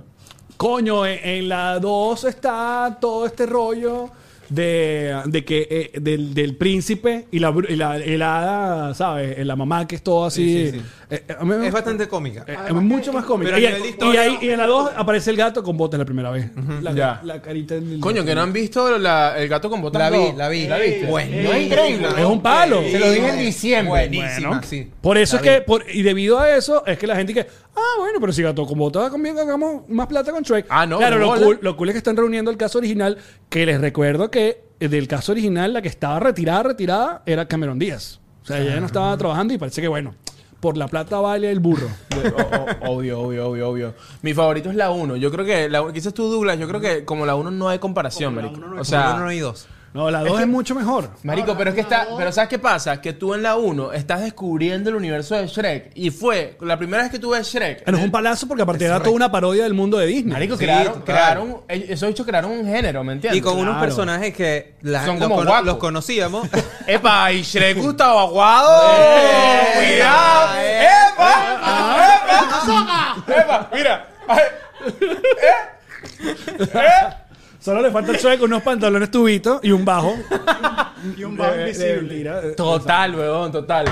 Coño, en, en la 2 está todo este rollo de, de que eh, del, del príncipe y la, bru- y la el hada, ¿sabes? Eh, La mamá que es todo así. Sí, sí, sí. Eh, eh, a mí me- Es bastante cómica. eh, es mucho más cómico. Pero a Y, nivel de historia- y ahí- y en la 2 aparece el gato con botas la primera vez. la, Ya. la carita del- Coño, que no han visto la- el gato con botas. La vi, dos. la vi. ¿La viste? Bueno. No es increíble. Es un palo. Se lo dije en diciembre. Buenísima, Bueno, sí. Por eso La es que, vi. por- y debido a eso, es que la gente que, ah, bueno, pero si Gato con Botas conmigo hagamos más plata con Shrek. Ah, no, Claro, no lo bola. cool, lo cool es que están reuniendo el caso original, que les recuerdo que eh, del caso original, la que estaba retirada, retirada, era Cameron Díaz. O sea, ella no estaba trabajando y parece que, bueno, por la plata vale el burro. O- o- obvio, obvio, obvio, obvio. Mi favorito es la 1. Yo creo que, la, quizás tú, Douglas, yo creo que como la 1 no hay comparación, marico. o sea, uno no hay dos. No, la dos es mucho mejor. Marico, pero es que está. Pero ¿sabes qué pasa? Que tú en la 1 estás descubriendo el universo de Shrek. Y fue la primera vez que tú ves Shrek. No es un palazo porque aparte era toda una parodia del mundo de Disney. Marico, Sí, crearon, total. crearon. ellos- Esos bichos crearon un género, ¿me entiendes? Y con unos Claro. personajes que la- Son los, como cono- guapos. los conocíamos. ¡Epa! [LAUGHS] Y Shrek Gustavo Aguado. ¡Eh! ¡Cuidado! ¡Eh! ¡Epa! ¡Epa! ¡Epa! Mira. Ay, Solo le falta el Shrek unos pantalones tubitos y un bajo. Y un bajo De- de invisible. mentira. Total, weón, total.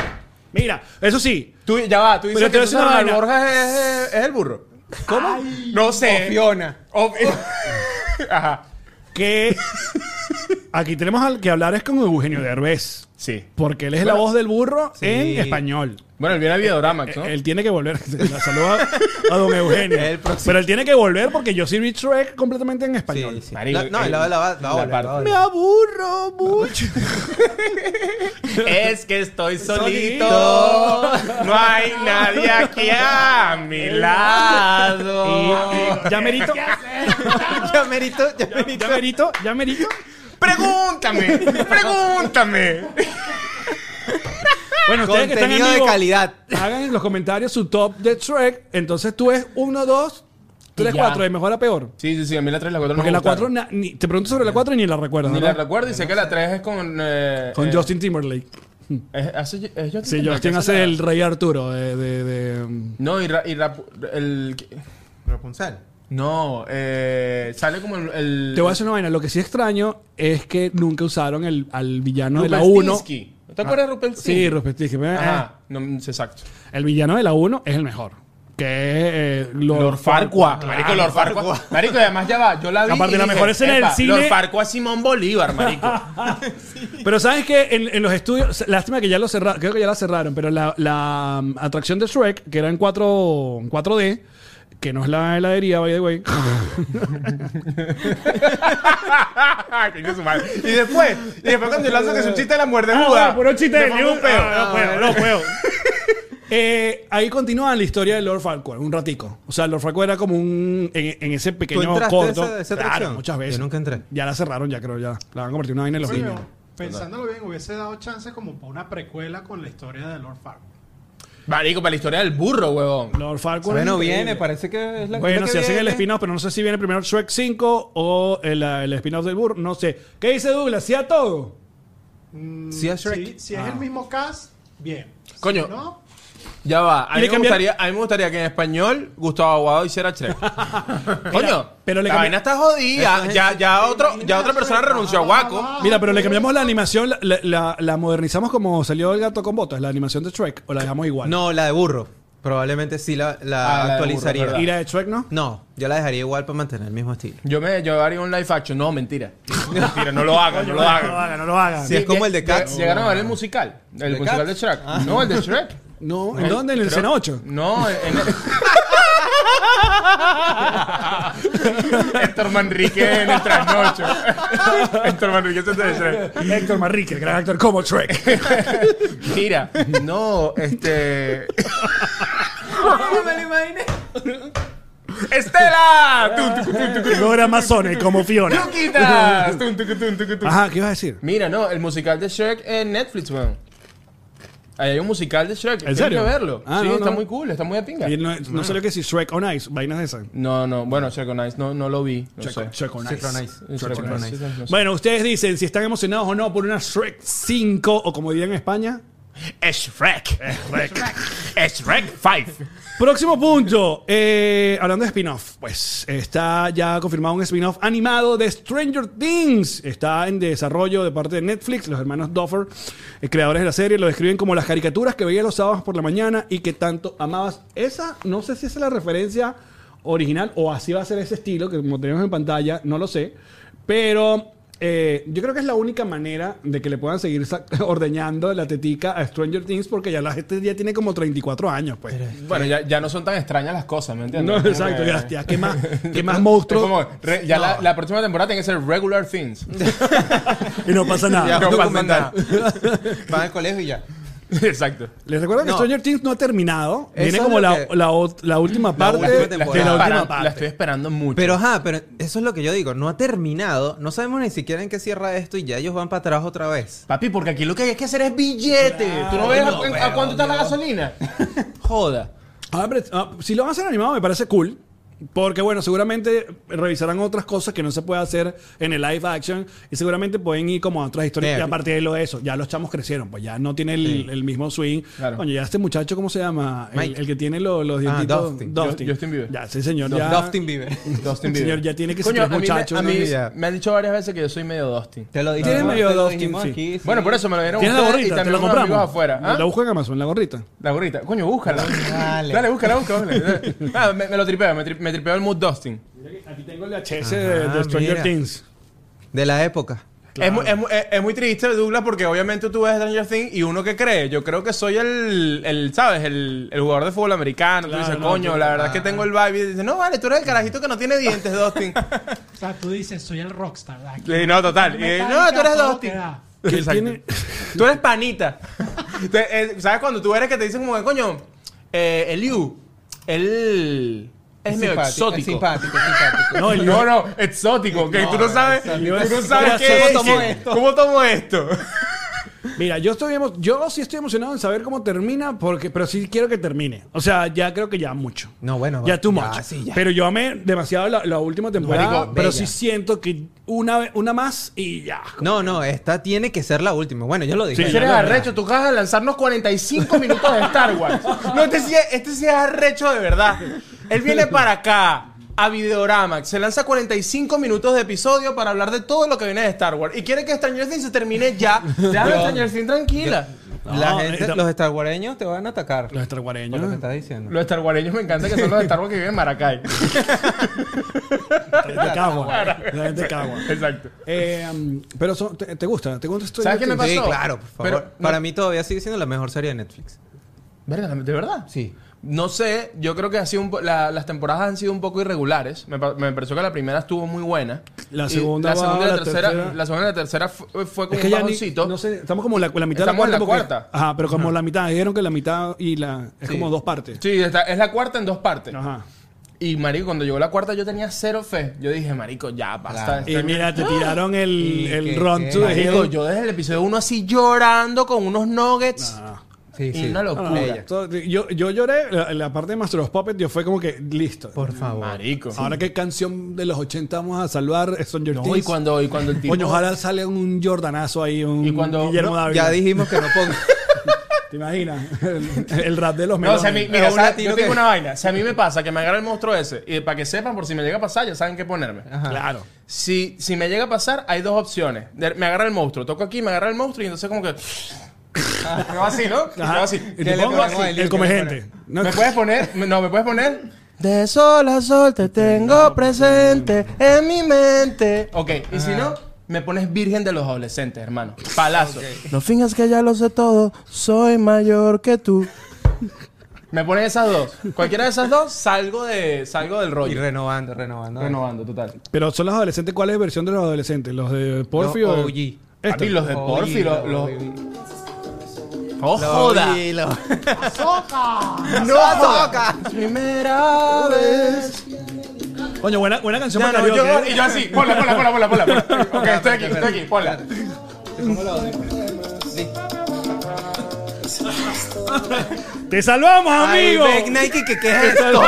Mira, eso sí, Tú, ya va, tú dices Pero te que voy a tú decir una sabes, vaina. Borja es, es- es el burro. ¿Cómo? no sé. Fiona. O- Ajá. que aquí tenemos al que hablar es con Eugenio Derbez. Sí. Porque él es la voz del burro en español. Bueno, él viene al Videodramax, [LAUGHS] ¿no? Él tiene que volver. [LAUGHS] La saluda a don Eugenio. El próximo. Pero él tiene que volver porque yo sí vi Shrek completamente en español. Sí, sí. Marico, La- no, el- la, la, la, la la ola, parte. la ola. Me aburro mucho. Es que estoy Solito. solito. No hay nadie aquí a mi [LAUGHS] lado. [LAUGHS] ya merito. [LAUGHS] Ya merito, ya merito. Ya merito. Ya merito. Pregúntame, pregúntame. Bueno, ustedes que están en Contenido de vivo, calidad. hagan en los comentarios su top de Shrek. Entonces tú es 1, 2, 3, Y ya. 4. De mejor a peor. Sí, sí, sí, a mí la 3 y la 4 Porque la 4, te pregunto sobre la 4 y ni la recuerdas. Ni ¿no? la recuerdo y sé que la 3 es con. eh, Con eh, Justin Timberlake. Es, hace- es Justin Sí, Timberlake, Justin hace la- el rey Arturo de... de- de- No, y, ra- y rap- el. Rapunzel. No, eh, sale como el. el- Te voy a hacer una vaina. Lo que sí extraño es que nunca usaron el, al villano de la 1. Rupelstinsky. ¿No ¿Te acuerdas de Rupelstinsky? Sí, Rupestinsky. Eh, Ajá, no, mm, sí, exacto. El villano de la 1 es el mejor. Que es eh, Lord, Lord Farqua. Farquaad. Marico, Lord Farqua. Marico, y además ya va. Yo la vi. Aparte, y la dije, mejor escena del "Epa, cine". Lord Farqua Simón Bolívar, marico. [LAUGHS] Pero sabes que en, en los estudios, lástima que ya lo cerraron, creo que ya la cerraron, pero la, la, mm, atracción de Shrek, que era en 4, en 4D, que no es la heladería, by the way. Coño, su madre. y después, y después cuando yo lanzo que es un chiste de la muerte Ah, juda. bueno, puro chiste de me pongo Liu. un peo. Ah, no puedo, no [LAUGHS] puedo. Eh, ahí continúa la historia de Lord Farquhar un ratico. O sea, Lord Farquhar era como un en, en ese ¿Tú pequeño entraste a corto. esa, a esa Claro, atracción? muchas veces. Yo nunca entré. Ya la cerraron, ya creo, ya. La van a convertir en una vaina en los niños. Coño, pensándolo bien, hubiese dado chance como para una precuela con la historia de Lord Farquaad. Marico, para la historia del burro, huevón. Lord Farquhar. Bueno, es viene, increíble. parece que es la Bueno, la que si hacen el viene. spin-off, pero no sé si viene primero Shrek 5 o el, el spin-off del burro, no sé. ¿Qué dice Douglas? ¿Sí a todo? Mm, Sí, a Shrek. Si, si es el mismo cast, bien. Si Coño. no, Ya va. A Y mí, le me cambiaron- gustaría, a mí me gustaría que en español Gustavo Aguado hiciera [LAUGHS] Shrek. Coño, pero le la cambi- vaina está jodida. Ya, ya, otro, ya otra persona renunció Ah, a Guaco. Mira, pero le cambiamos la animación, la, la- la- la modernizamos como salió el gato con botas, la animación de Shrek, o la dejamos igual. No, la de burro. Probablemente sí la, la Ah, la de actualizaría. burro, ¿Y ¿verdad? la de Shrek no? no, yo la dejaría igual para mantener el mismo estilo. Yo me yo haría un live action. No, mentira. mentira, no lo hagan, no lo hagan. hagan, no lo hagan. Sí. es como el de Cats. Llegaron a ver el musical. El ¿De musical Cats? Ah. de Shrek. No, el de Shrek. No, ¿en dónde? ¿En el Creo- Sena 8? No, en [LAUGHS] el... Héctor Manrique en el trasnocho. Héctor Manrique se de Shrek. Héctor Manrique, el gran actor como [LAUGHS] Shrek. Mira, no, este. No me lo imaginé. ¡Estela! Tun, tucu, tun, tucu, tun. Logra Amazone como Fiona. [LAUGHS] ¡Luquitas! Tun, tucu, tun, tucu, tun. Ajá, ¿qué ibas a decir? Mira, no, el musical de Shrek en Netflix, weón. Ahí hay un musical de Shrek. Tienes serio? que verlo. Ah, sí, no, está no. muy cool, está muy de pinga. Y no, no sé lo que es si Shrek on Ice, vainas de esas. No, no, bueno, Shrek on Ice, no, no lo vi. No sé. Shrek on Shrek on Ice. Shrek on Ice, sí, no sé. Bueno, ustedes dicen si están emocionados o no por una Shrek 5 o como dirían en España. Es Shrek. Es Shrek 5. Próximo punto. Eh, hablando de spin-off, pues está ya confirmado un spin-off animado de Stranger Things. Está en desarrollo de parte de Netflix. Los hermanos Duffer, eh, creadores de la serie, lo describen como las caricaturas que veías los sábados por la mañana y que tanto amabas. Esa, no sé si esa es la referencia original o así va a ser ese estilo que como tenemos en pantalla, no lo sé. Pero eh, yo creo que es la única manera de que le puedan seguir sa- [LAUGHS] ordeñando la tetica a Stranger Things porque ya la gente ya tiene como 34 años, pues. Bueno, ya, ya no son tan extrañas las cosas, ¿me entiendes? No, Como exacto, que- ya, ya, ¿qué más, qué más Es monstruo? como, re- ya la, la próxima temporada tiene que ser Regular [LAUGHS] Things. Y no pasa [LAUGHS] nada. Ya, No un pasa documental. Van al colegio y ya. Exacto. Les recuerdo que No. Stranger Things no ha terminado. Eso Viene es como lo la, que- la ot- la última parte última de la temporada. estoy última esperando- parte. la estoy esperando mucho. Pero ajá, pero eso es lo que yo digo. No ha terminado. No sabemos ni siquiera en qué cierra esto y ya ellos van para atrás otra vez. Papi, porque aquí lo que hay que hacer es billete. ¿Tú no ves a- no, en- a, weón, cuánto está la Dios. gasolina? Joda. Ah, pero, ah, si lo van a hacer animado me parece cool. Porque bueno, seguramente revisarán otras cosas que no se puede hacer en el live action y seguramente pueden ir como a otras historias. Eh, y a partir de lo de eso, ya los chamos crecieron, pues ya no tiene el, el mismo swing. Claro. Coño, ya este muchacho, ¿cómo se llama? El, Mike. Ah, el que tiene los, los dientitos. Dustin. Justin Bieber. Ya, sí, señor. ya. Dustin Bieber. Dustin El Bieber. señor ya tiene que ser Coño, tres a mí me- muchachos, A ¿no? mí Ya. me han dicho varias veces que yo soy medio Dustin. [LAUGHS] Te lo dijimos. Tiene medio te lo Dustin, dijimos sí. aquí, sí. Bueno, por eso me lo dieron Tiene la ustedes y gorrita, te también la unos compramos. amigos afuera. ¿Ah? La busco en Amazon, la gorrita. Ah, La gorrita. Coño, búscala. Dale, Dale. búscala, búscala. búscala. Ah, me, me lo tripeo, me, tri- me tripeo el mood Dustin. Aquí tengo el HS Eh, de, Ajá, Stranger mira. [LAUGHS] Things. De la época. Es, muy, es muy- es- es muy triste, Douglas, porque obviamente tú ves Stranger Things y uno que cree, yo creo que soy el, el ¿sabes? El, el jugador de fútbol americano. Claro, tú dices, no, coño, yo- la verdad es que tengo el vibe. Y dices, no, vale, tú eres el carajito que no tiene dientes, [LAUGHS] Dustin. O sea, tú dices, soy el rockstar. aquí. y no, total. Y, eh, no, Metallica, tú eres todo Dustin. te da. Que Exacto. tiene- Tú eres panita. [LAUGHS] Te- eh, ¿Sabes cuando tú eres que te dicen como que, coño, eh, Eliu, él es medio simpático, exótico? Es simpático, es simpático. No, no, no, exótico, que tú no sabes, tú no sabes ¿Cómo qué es, tomo que- esto? ¿Cómo tomo esto? Mira, yo estoy emo- yo sí estoy emocionado en saber cómo termina, porque, pero sí quiero que termine. O sea, ya creo que ya mucho. No, bueno. ya too ya, much. sí, ya. Pero yo amé demasiado la, la última temporada. Marico, pero bella. sí siento que una, ve- una más y ya. No, no, esta tiene que ser la última. Bueno, yo lo dije. Sí, Si ya eres lo- arrecho, tú acabas de lanzarnos 45 minutos de Star Wars. No, este sí, es- este sí es arrecho de verdad. Él viene para acá. A Videorama, se lanza 45 minutos de episodio para hablar de todo lo que viene de Star Wars. Y quiere que Stranger Things se termine [LAUGHS] ya. Déjame Yo- Stranger Things tranquila. La No, gente, esta- los estarguareños te van a atacar. Los Por lo que estraguareños. estás diciendo. Los starwareños me encanta que son los de Star Wars que viven en Maracay. La gente cagua. La gente cagua. Exacto. Eh, um, pero son- te, te gusta, te gusta esto. ¿Sabes qué me Sí, pasó? claro, por favor. Pero no- Para mí todavía sigue siendo la mejor serie de Netflix. Verga, ¿de verdad? Sí. No sé, yo creo que ha sido un po- la- las temporadas han sido un poco irregulares. Me, pa- me pareció que la primera estuvo muy buena. La Y segunda la segunda y la, va, la tercera, tercera. La segunda y la tercera fue, fue como Es que un ya ni- bajoncito. no sé, estamos como en la, la mitad Estamos en de la la cuarta. porque- cuarta. Ajá, pero como la mitad, dijeron que la mitad y la es Sí. como dos partes. Sí, está- es la cuarta en dos partes. Ajá. Y marico, cuando llegó la cuarta yo tenía cero fe. Yo dije, marico, ya basta. Claro. Este- Y mira, te tiraron el, Y el que- Run que- to the Marico, Hill. yo desde el episodio 1 así llorando con unos nuggets. Ah. Sí, Y una No, locura. no, no, todo- yo, yo lloré la, la parte de Master of Puppets, yo fue como que listo. Por favor. Marico. Ahora qué canción de los 80 vamos a salvar Stranger No, Things. y cuando, y cuando el tipo... Coño, ojalá salga un Jordanazo ahí, un Y cuando- Guillermo no, Dávila. Ya dijimos [LAUGHS] que no ponga. ¿Te imaginas? El, el rap de los No, o melones. sea, a mí, mira, Pero un ¿sabes? latino yo tengo que- una vaina. Si a mí me pasa que me agarra el monstruo ese, y para que sepan, por si me llega a pasar, ya saben qué ponerme. Ajá. Claro. Si, si me llega a pasar, hay dos opciones. De- me agarra el monstruo, toco aquí, me agarra el monstruo, y entonces como que... Ah, Me va así, ¿no? Me Ajá. va así. Y Que te le pongo pongo así. el come gente. No, ¿Me puedes [LAUGHS] poner? Me- No, ¿me puedes poner? De sol a sol te tengo presente en mi mente. Ok, y si no, me pones virgen de los adolescentes, hermano. Palazo. No fingas que ya lo sé todo, soy mayor que tú. Me pones esas dos. Cualquiera de esas dos, salgo, de, salgo del Y rollo. renovando, renovando. Renovando, total. Pero son los adolescentes, ¿cuál es la versión de los adolescentes? ¿Los de Este. Porfio? Los OG. Esta. Papi, los de Oye, Porfi, los... lo- los- ¡Oh, Lo- joda! y lo- ¡No joda! Primera vez Coño, buena, buena canción No, para no, karaoke. yo, ¿eh? y yo así, ponla, ponla, ponla, ponla, ponla. Ok, estoy aquí, estoy aquí, ponla. eh. ¡Te salvamos, Ay, amigo! Beck Nike, ¿qué, qué es esto?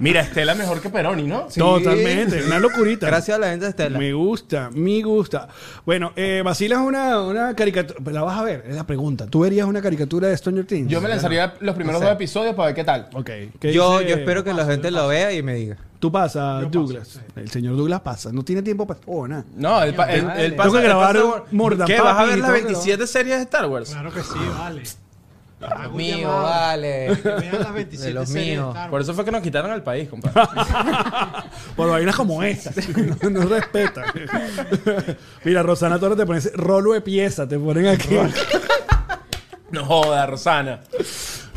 Mira, Estela mejor que Peroni, ¿no? [LAUGHS] Totalmente, una locurita. Gracias a la gente de Estela. Me gusta, me gusta. Bueno, eh, Basila es una, una caricatura. La vas a ver, es la pregunta. ¿Tú verías una caricatura de Stranger Things? Yo me lanzaría los primeros dos episodios para ver qué tal. Ok. ¿Qué Yo, dice? yo espero que la gente lo vea y me diga. Tú pasas, Douglas. El señor Douglas pasa. No tiene tiempo para. Oh, nada. No, el, pa- el, el Tengo pasa- que el grabar pasa- Mordan ¿Qué? ¿Vas a Papi, ver las tengo que 27 series de Star Wars? Claro que sí, vale. Hago un Mío, llamado. vale. Que vean las 27 De los series de míos. Star Wars. Por eso fue que nos quitaron al país, compadre. Por vainas como esta. [LAUGHS] No, no respeta. [LAUGHS] Mira, Rosana Torres te pone ese rolo de pieza. Te ponen [LAUGHS] aquí. [LAUGHS] No joda, Rosana.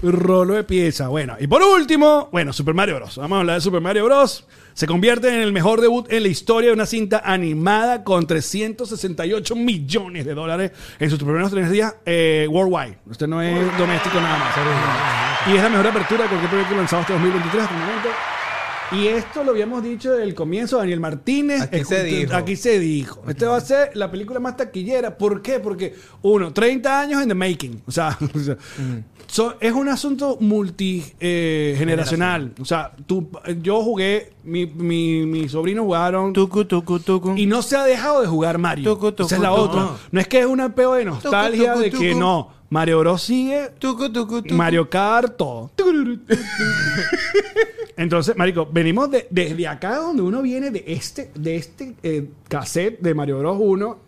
Rolo de pieza. Bueno, y por último, bueno, Super Mario Bros. Vamos a hablar de Super Mario Bros. Se convierte en el mejor debut en la historia de una cinta animada con 368 millones de dólares en sus primeros tres días eh, worldwide. Usted no es doméstico nada más. es original. Y es la mejor apertura de cualquier proyecto lanzado hasta 2023 hasta el momento. Y esto lo habíamos dicho desde el comienzo, Daniel Martínez. Aquí se dijo. Aquí se dijo. Esta va a ser la película más taquillera. ¿Por qué? Porque, uno, 30 años en the making. O sea, [LAUGHS] o sea, Mm. so- es un asunto multigeneracional. o sea, tú, yo jugué, mi, mi, mis sobrinos jugaron. Tucu, tucu, tucu. Y no se ha dejado de jugar Mario. Tucu, tucu, Esa es la tucu. otra. No es que es una peo de nostalgia Tucu, de tucu, que tucu. no. Mario Bros sigue Tucu, tucu, tucu. Mario Kart, todo. Entonces, Marico, venimos de- desde acá donde uno viene de este, de este eh, cassette de Mario Bros 1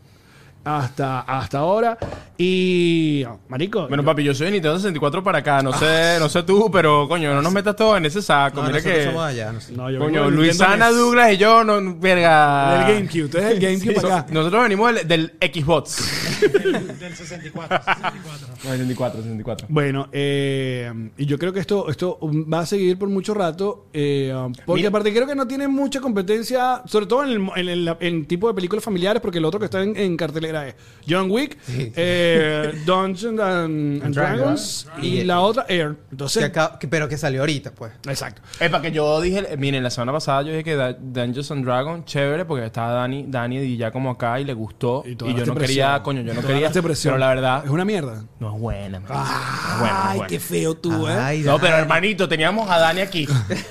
hasta, hasta ahora. Y. oh, Marico. Bueno, papi, yo soy de Nintendo 64 para acá. No sé, no sé tú, pero coño, no nos metas todos en ese saco. No, Mira nosotros que. somos allá. nosotros. no, yo vengo Coño, del Luisana, Nintendo NES, Douglas y yo, no, verga. Del GameCube. Tú eres el [LAUGHS] GameCube So- para acá. nosotros venimos del, del Xbox. Del, del 64, [LAUGHS] 64. 64, 64. Bueno, eh, y yo creo que esto, esto va a seguir por mucho rato, eh, porque Mira. aparte creo que no tiene mucha competencia, sobre todo en el, mo- en el- en tipo de películas familiares, porque el otro que está en, en cartelera es John Wick, eh, [LAUGHS] Dungeons and, and Dragons, y Ah, Y- la otra Air. Entonces, Que acá- que- pero que salió ahorita, pues. exacto. Es para que yo dije, eh, miren, la semana pasada yo dije que Da- Dungeons and Dragons, chévere, porque estaba Dani, Dani y ya como acá y le gustó. Y Y, toda la yo no depresión. quería, coño, yo no quería. Toda la Pero la verdad, Es una mierda. no es buena. man. Ay, bueno. qué feo tú, eh. No, pero hermanito, teníamos a Dani [LAUGHS] aquí.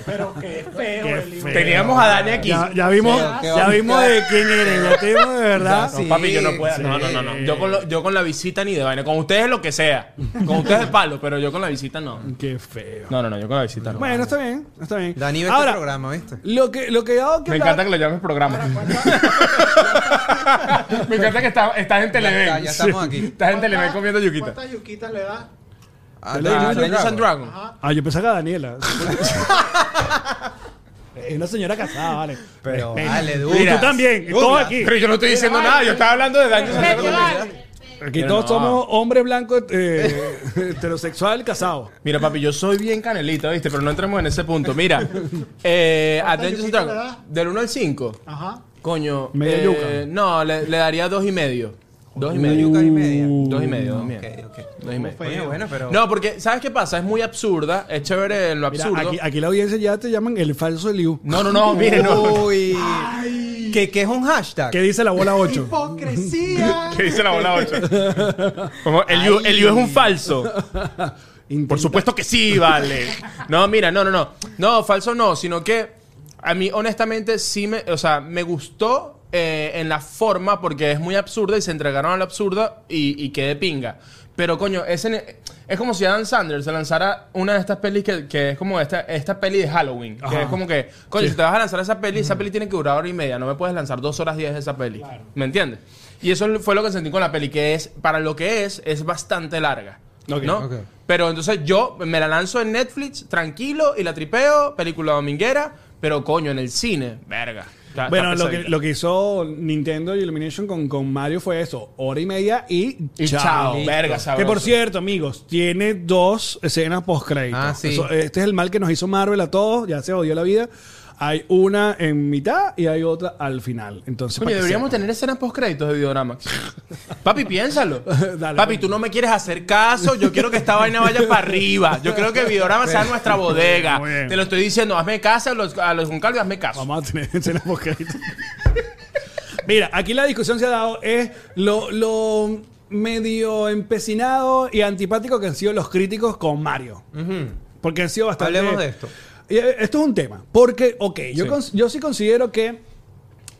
Pero qué feo el libro. Teníamos a Dani aquí. Ya, ya vimos, qué ya vimos de quién eres, [LAUGHS] ya te vimos de verdad. No, papi, yo no puedo. No, no, no, no. Yo con, lo- yo con la visita ni de vaina. Con ustedes lo que sea. Con ustedes palo, pero yo con la visita no. Qué feo. No, no, no, yo con la visita no. Bueno, está bien, está bien. Dani ve este Ahora, programa, ¿viste? Lo que, lo que ha dado que Me hablar- encanta que lo llames programa. Me encanta que está- estás en Televen. está, ya estamos aquí. Estás en Televen comiendo yuquita. ¿Cuántas yuquitas le das? Ah, le dimos ah, Dungeons el Dungeons and and Dragon. Ah, yo pensaba que a [LAUGHS] Daniela. es una señora casada, vale. Pero Ven. vale, Tú- Douglas. tú también, Douglas. todo aquí. Pero yo no estoy diciendo nada, yo estaba hablando de Dungeons and Dragons. Aquí Pero todos no. somos hombres blancos eh, [LAUGHS] heterosexual casados. Mira, papi, yo soy bien canelita, ¿viste? Pero no entremos en ese punto. Mira, eh, a Dungeons and Dragons, del 1 al 5, Ajá. coño. Media eh, yuca. No, le, le daría dos y medio. Dos y Una medio. yuca y media. Dos y medio, dos y medio. Ok, ok. Dos y medio. Oye, bueno, pero. No, porque, ¿sabes qué pasa? Es muy absurda, es chévere en lo Mira, absurdo. aquí, aquí la audiencia ya te llaman el falso Eliu. No, no, [LAUGHS] [LAUGHS] Uh, no, mire, no. Uy. ¿Qué, qué es un hashtag? ¿Qué dice la bola [LAUGHS] 8? ¡Hipocresía! ¿Qué dice la bola 8? Como, el Yu, el Yu es un falso. Por supuesto que sí, vale. No, mira, no, no, no. No, falso no, sino que a mí honestamente sí me, o sea, me gustó eh, en la forma porque es muy absurda y se entregaron a la absurda y, y quedé pinga. Pero coño, es, en- es como si Adam Sanders se lanzara una de estas pelis que, que es como esta, esta peli de Halloween. Que Ajá. es como que, coño, si te vas a lanzar esa peli, esa peli tiene que durar hora y media. No me puedes lanzar dos horas diez de esa peli. ¿Me entiendes? Y eso fue lo que sentí con la peli, que es, para lo que es, es bastante larga. Ok, ¿no? ok. Pero entonces yo me la lanzo en Netflix, tranquilo, y la tripeo, película dominguera, pero coño, en el cine, verga. Está- Bueno, está lo que, pesadita. lo que hizo Nintendo y Illumination con, con Mario fue eso, hora y media y, Y chao, verga, Que sabroso. por cierto, amigos, tiene dos escenas post crédito. Ah, sí. este es el mal que nos hizo Marvel a todos, ya se odió la vida. Hay una en mitad y hay otra al final. Entonces, para Coño, que deberíamos sepan. tener escenas post créditos de [LAUGHS] Videorama. Papi, piénsalo. Dale, Papi, coño. tú no me quieres hacer caso. Yo quiero que esta vaina vaya para arriba. Yo quiero que Videorama sea nuestra bodega. Muy bien. Te lo estoy diciendo, hazme caso a los, a los Goncalves, hazme caso. Vamos a tener [LAUGHS] escenas post crédito. Mira, aquí la discusión se ha dado es lo, lo medio empecinado y antipático que han sido los críticos con Mario. Porque han sido bastante... Hablemos de esto. Y, eh, Esto es un tema. Porque, ok, yo, cons- yo sí considero que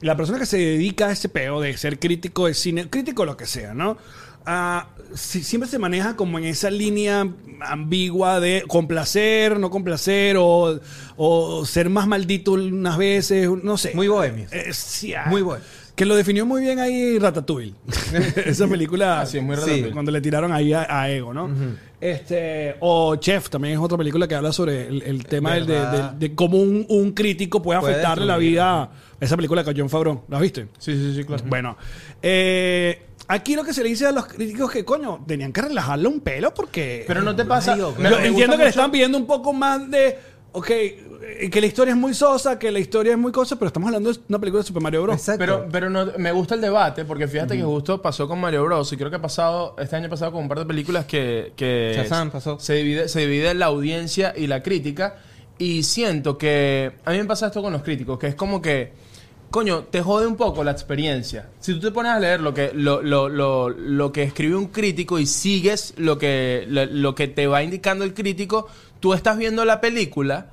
la persona que se dedica a ese peo de ser crítico de cine, crítico lo que sea, ¿no? Ah, si- siempre se maneja como en esa línea ambigua de complacer, no complacer, o, o ser más maldito unas veces, no sé. Muy bohemio. Eh, sí, ah. Muy bueno. Que lo definió muy bien ahí Ratatouille. [LAUGHS] Esa [LAUGHS] película. Así es, muy Sí. Ratatouille. Cuando le tiraron ahí a, a Ego, ¿no? este, o Chef, también es otra película que habla sobre el, el tema del- de, ¿Verdad? de- de cómo un, un crítico puede, Puede afectarle la destruir. vida. a Esa película con John Favreau, ¿la viste? Sí, sí, sí, claro. Bueno, eh, aquí lo que se le dice a los críticos es que, coño, tenían que relajarle un pelo porque. Pero no te pasa. Mario, me- Yo me entiendo gusta que le mucho- están pidiendo un poco más de. Ok, eh, que la historia es muy sosa, que la historia es muy cosa, pero estamos hablando de una película de Super Mario Bros. Exacto. Pero, pero no, me gusta el debate porque fíjate que justo pasó con Mario Bros. Y creo que ha pasado, este año ha pasado con un par de películas que. que Shazam pasó. Se divide, se divide la audiencia y la crítica. Y siento que. A mí me pasa esto con los críticos, que es como que. Coño, te jode un poco la experiencia. Si tú te pones a leer lo que, lo, lo, lo, lo que escribe un crítico y sigues lo que, lo, lo que te va indicando el crítico, tú estás viendo la película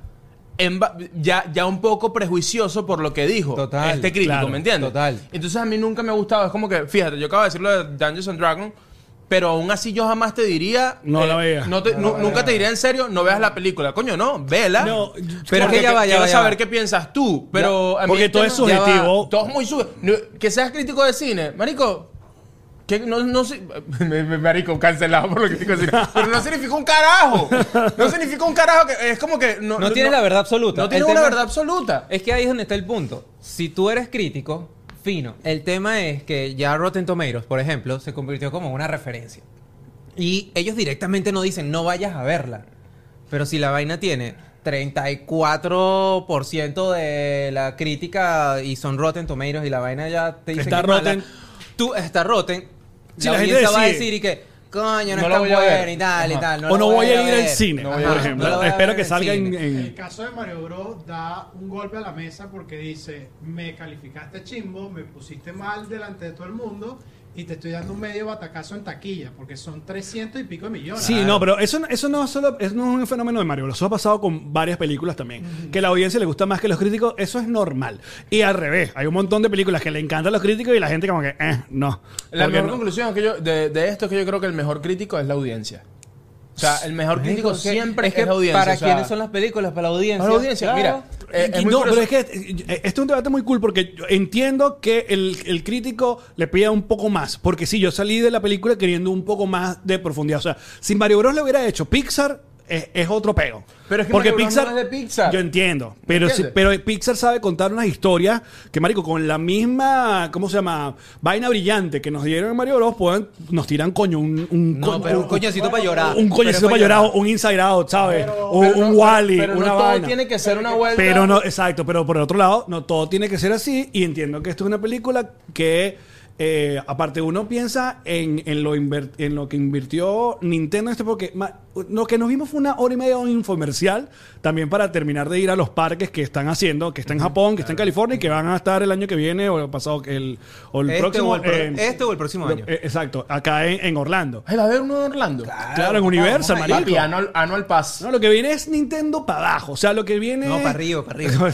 en ba- ya, ya un poco prejuicioso por lo que dijo Total, este crítico, claro, ¿me entiendes? total. Entonces a mí nunca me ha gustado. Es como que, fíjate, yo acabo de decirlo de Dungeons and Dragons, pero aún así yo jamás te diría. eh, No la veas. no te- nu- nunca te diría en serio, no veas la película. Coño, no, vela. No, yo- pero Porque que ya va, ya quiero va, ya saber va. qué piensas tú. Pero a mí Porque el todo tema- es ya va, subjetivo. Todo es muy subjetivo. Que seas crítico de cine, marico. Que no, no sé- [LAUGHS] me, me- marico, cancelado por lo que digo de cine. Pero no significa un carajo. No significa un carajo. Que, es como que. No, No tiene la verdad absoluta. No tiene El una tema- verdad absoluta. Es que ahí es donde está el punto. Si tú eres crítico, fino. El tema es que ya Rotten Tomatoes, por ejemplo, se convirtió como una referencia. Y ellos directamente no dicen, no vayas a verla. Pero si la vaina tiene 34% de la crítica y son Rotten Tomatoes y la vaina ya te dice Está que es mala, Rotten. tú está Rotten. Sí, la, la gente audiencia va a decide. decir y que, coño, no, No es la tan voy a ver. buena y tal y Ajá. tal. o no la voy a ir al ver. cine, No voy a por ver. ejemplo. No la voy a Espero ver que en salga en, cine. en- El caso de Mario Bros da un golpe a la mesa porque dice, me calificaste chimbo, me pusiste mal delante de todo el mundo y te estoy dando un medio batacazo en taquilla porque son 300 y pico de millones. Sí, no, pero eso, no- eso no es solo eso no es un fenómeno de Mario Bros. Eso ha pasado con varias películas también. Que la audiencia le gusta más que los críticos, eso es normal. Y al revés, hay un montón de películas que le encantan a los críticos y la gente como que, eh, no. La Porque mejor no- conclusión que yo- de, de esto es que yo creo que el mejor crítico es la audiencia. O sea, el mejor crítico Marico, es que- siempre es que la audiencia. para o sea, quienes son las películas, para la audiencia. para la audiencia. Claro. Mira, eh, es muy no, por pero eso- es que eh, eh, este es un debate muy cool porque yo entiendo que el, el crítico le pida un poco más. Porque sí, yo salí de la película queriendo un poco más de profundidad. O sea, si Mario Bros. lo hubiera hecho Pixar, es, es otro peo. Pero es que Mario Bros. no es de Pixar. Yo entiendo. Pero, sí- ¿Entiendes? pero Pixar sabe contar unas historias que, Marico, con la misma, ¿cómo se llama? Vaina brillante que nos dieron en Mario Bros. puedan- nos tiran, coño, un, un, No, co- pero un coñecito para llorar. un coñecito Pero para pa' llorar. llorar, un Inside Out, ¿sabes? o pero no- un pero- Wally, pero no una todo vaina. tiene que ser una vuelta. Pero no, exacto, pero por el otro lado, no todo tiene que ser así. Y entiendo que esto es una película que, eh, aparte, uno piensa en, en lo inver- en lo que invirtió Nintendo en este, porque ma- lo que nos vimos fue una hora y media de un infomercial, también para terminar de ir a los parques que están haciendo, que está en Japón, que está en California y que van a estar el año que viene o el pasado, el, o el Este próximo. o el pro- en- este o el próximo año. eh, exacto, acá en, en Orlando. Ay, va a haber uno de Orlando. Ah, Claro, en Universal, Papi, marico. Anual, anual Pass. No, lo que viene es Nintendo para abajo. O sea, lo que viene. No, para arriba, para [LAUGHS] arriba.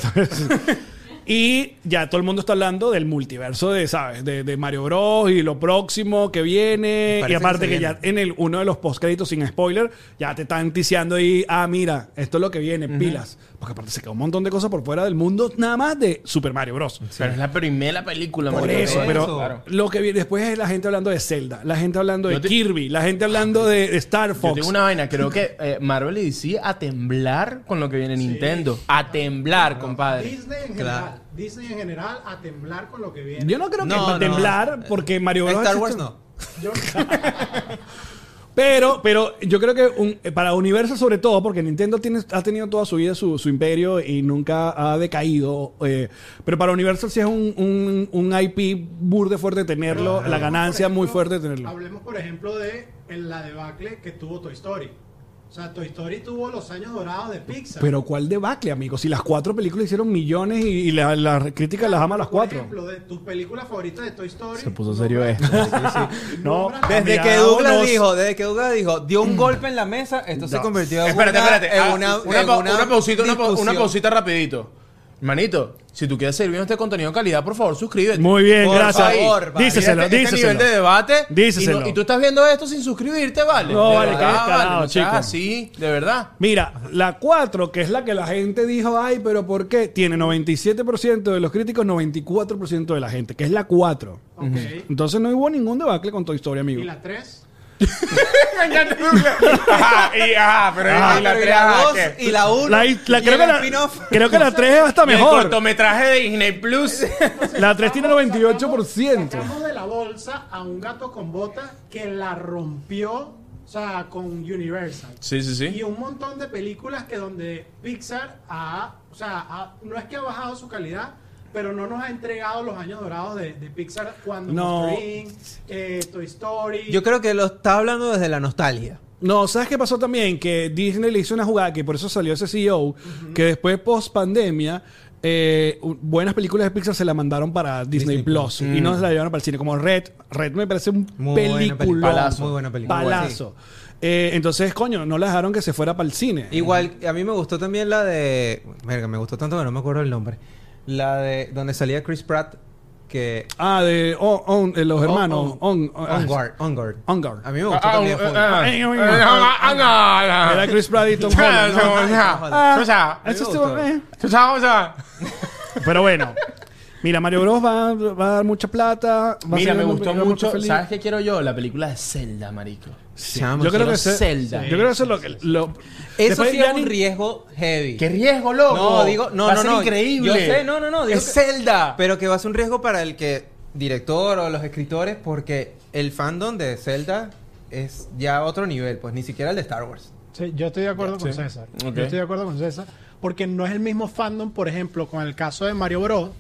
y ya todo el mundo está hablando del multiverso de, ¿sabes? De, de Mario Bros. y lo próximo que viene. Parece Y aparte que que, se ya en el, uno de los postcréditos, sin spoiler, ya te están ticiando ahí. Ah, mira, esto es lo que viene, pilas. Porque aparte se quedó un montón de cosas por fuera del mundo, nada más de Super Mario Bros. Pero es la primera película, Por marico. eso, eso, pero claro. lo que viene después es la gente hablando de Zelda, la gente hablando de Yo te- Kirby, la gente hablando de Star Yo Fox. tengo una vaina, creo que eh, Marvel y DC a temblar con lo que viene Nintendo. A temblar, compadre. Disney en Claro. general. general, Disney en general, a temblar con lo que viene. Yo no creo que No, va a no. temblar porque Mario Bros. Star existe- Wars no. Yo- Pero, pero yo creo que un- eh, para Universal sobre todo, porque Nintendo tiene, ha tenido toda su vida su, su imperio y nunca ha decaído. eh, pero para Universal sí es un, un, un IP burde fuerte tenerlo, la Hablemos, ganancia por muy ejemplo- fuerte tenerlo. Hablemos, por ejemplo, de el- la debacle que tuvo Toy Story. O sea, Toy Story tuvo los años dorados de Pixar. Pero ¿cuál debacle, amigo? Si las cuatro películas hicieron millones y, y la, la crítica las ama a las Por cuatro. ejemplo, de tus películas favoritas de Toy Story. Se puso serio esto. [LAUGHS] No, No, Desde Mira, que Douglas unos- dijo, desde que Douglas dijo, dio un golpe en la mesa, esto se Mm. No. convirtió en Espérate, una, espérate. en Ah, una, una, en pa- una pausita, una, pa- una discusión. pausita rapidito. Manito, si tú quieres seguir viendo este contenido de calidad, por favor, suscríbete. Muy bien, Por gracias. favor, vale. díseselo, Este- este díseselo. nivel de debate. Díseselo. Y, no- y tú estás viendo esto sin suscribirte, ¿vale? No, De vale, verdad, qué descarado, no seas chico. así, de verdad. Mira, la 4, que es la que la gente dijo, ay, pero ¿por qué? Tiene 97% de los críticos, 94% de la gente, que es la 4. Ok. Entonces no hubo ningún debacle con Toy Story, amigo. Y la 3. Ajá, y, ajá, pero Ah, y la pero y tres, la ajá, dos, ¿qué? y la uno, La- la- y creo, el que la, spin-off. creo que la 3 es hasta El mejor. cortometraje de Disney Plus. La 3 tiene 98%. Sacamos de la bolsa a un gato con bota que la rompió, o sea, con Universal. Sí, sí, Y sí. un montón de películas que donde Pixar ha, o sea, ha- no es que ha bajado su calidad, pero no nos ha entregado los años dorados de, de Pixar cuando No. Monster Inc., eh, Toy Story. Yo creo que lo está hablando desde la nostalgia. No, ¿sabes qué pasó también? Que Disney le hizo una jugada, que por eso salió ese CEO, que después post pandemia, eh, u- buenas películas de Pixar se la mandaron para Disney Disney, Mm. Plus, y no se la llevaron para el cine, como Red. Red me parece un Muy buena peli- peliculón. palazo, muy buena película. Palazo. Eh, entonces, coño, no la dejaron que se fuera para el cine. Igual, a mí me gustó también la de. Verga, me gustó tanto que no me acuerdo el nombre. La de donde salía Chris Pratt, que. Ah, de On- On- eh, los hermanos. On, ah, On, on Guard. On Guard. Oh, On Guard. A mí me Ah, gustó uh, también. full. Ah. Era Chris Pratt [LAUGHS] y Tom Holland, ¿no? Ah, eso estuvo, eh. Pero bueno. Mira, Mario Bros va, va a dar mucha plata. va a Mira, ser me un- gustó un- un- mucho. feliz. ¿Sabes qué quiero yo? La película de Zelda, marico. Chamo, Yo creo Quiero que ese- Zelda. Yo creo que eso es lo que. Lo, Eso después sí ya es ni- un riesgo heavy. ¡Qué riesgo, loco! No, digo, no, Va a no, ser no. increíble. Yo sé, no, no, no, digo es que- Zelda. Pero que va a ser un riesgo para el que director o los escritores, porque el fandom de Zelda es ya otro nivel, pues ni siquiera el de Star Wars. Sí, yo estoy de acuerdo con César. Ok. Yo estoy de acuerdo con César. Porque no es el mismo fandom, por ejemplo, con el caso de Mario Bros.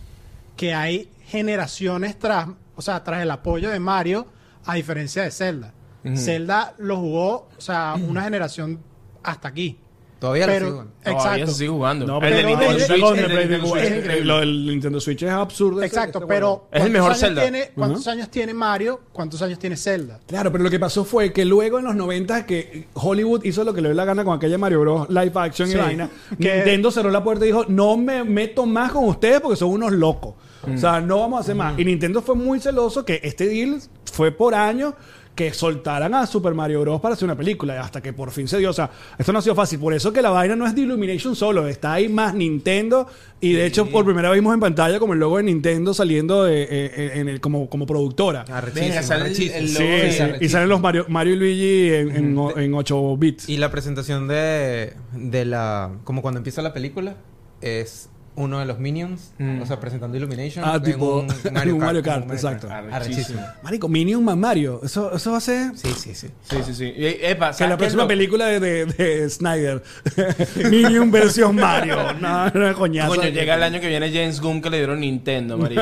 Que hay generaciones tras, o sea, tras el apoyo de Mario, a diferencia de Zelda. Zelda lo jugó, o sea, una generación hasta aquí. Todavía Pero- lo sigo. Todavía Exacto. se sigue jugando. No, Eh, el pero de no, Nintendo el de Switch, Golden el de Blade Nintendo Boy, Switch es Lo increíble. del Nintendo Switch es absurdo. ese- Exacto, ese pero juego. Es el ¿cuántos mejor años Zelda. tiene- ¿Cuántos años tiene Mario? ¿Cuántos años tiene Zelda? Claro, pero lo que pasó fue que luego en los 90 que Hollywood hizo lo que le dio la gana con aquella Mario Bros. live action y Sí. vaina, Que- Nintendo cerró la puerta y dijo, no me meto más con ustedes porque son unos locos. Mm. O sea, no vamos a hacer más. Y Nintendo fue muy celoso que este deal fue por años que soltaran a Super Mario Bros. para hacer una película, hasta que por fin se dio. O sea, esto no ha sido fácil. Por eso que la vaina no es de Illumination solo, está ahí más Nintendo. Y de hecho, por primera vez vimos en pantalla como el logo de Nintendo saliendo de- eh, eh, en el, como, como Ah, productora. Arrechísimo, Venga, sale el- arrechísimo. el Sí, logo sí. de- Y salen los Mario, Mario y Luigi en, en o- en 8 bits. Y la presentación de, de la. Como cuando empieza la película, es uno de los Minions, o sea, presentando Illumination. Mm. Ah, en tipo, [LAUGHS] en un Mario Kart, como exacto. Arrechísimo. Marico, Minion más Mario. Eso, eso va a ser. Sí, sí, sí. Sí, sí, sí. Y- Epa, Que ¿sabes la qué es próxima lo- película de, de- de Snyder. [LAUGHS] Minion versión Mario. No, no es coñazo. Coño, llega el año que viene James Gunn que le dieron Nintendo, [LAUGHS] marico.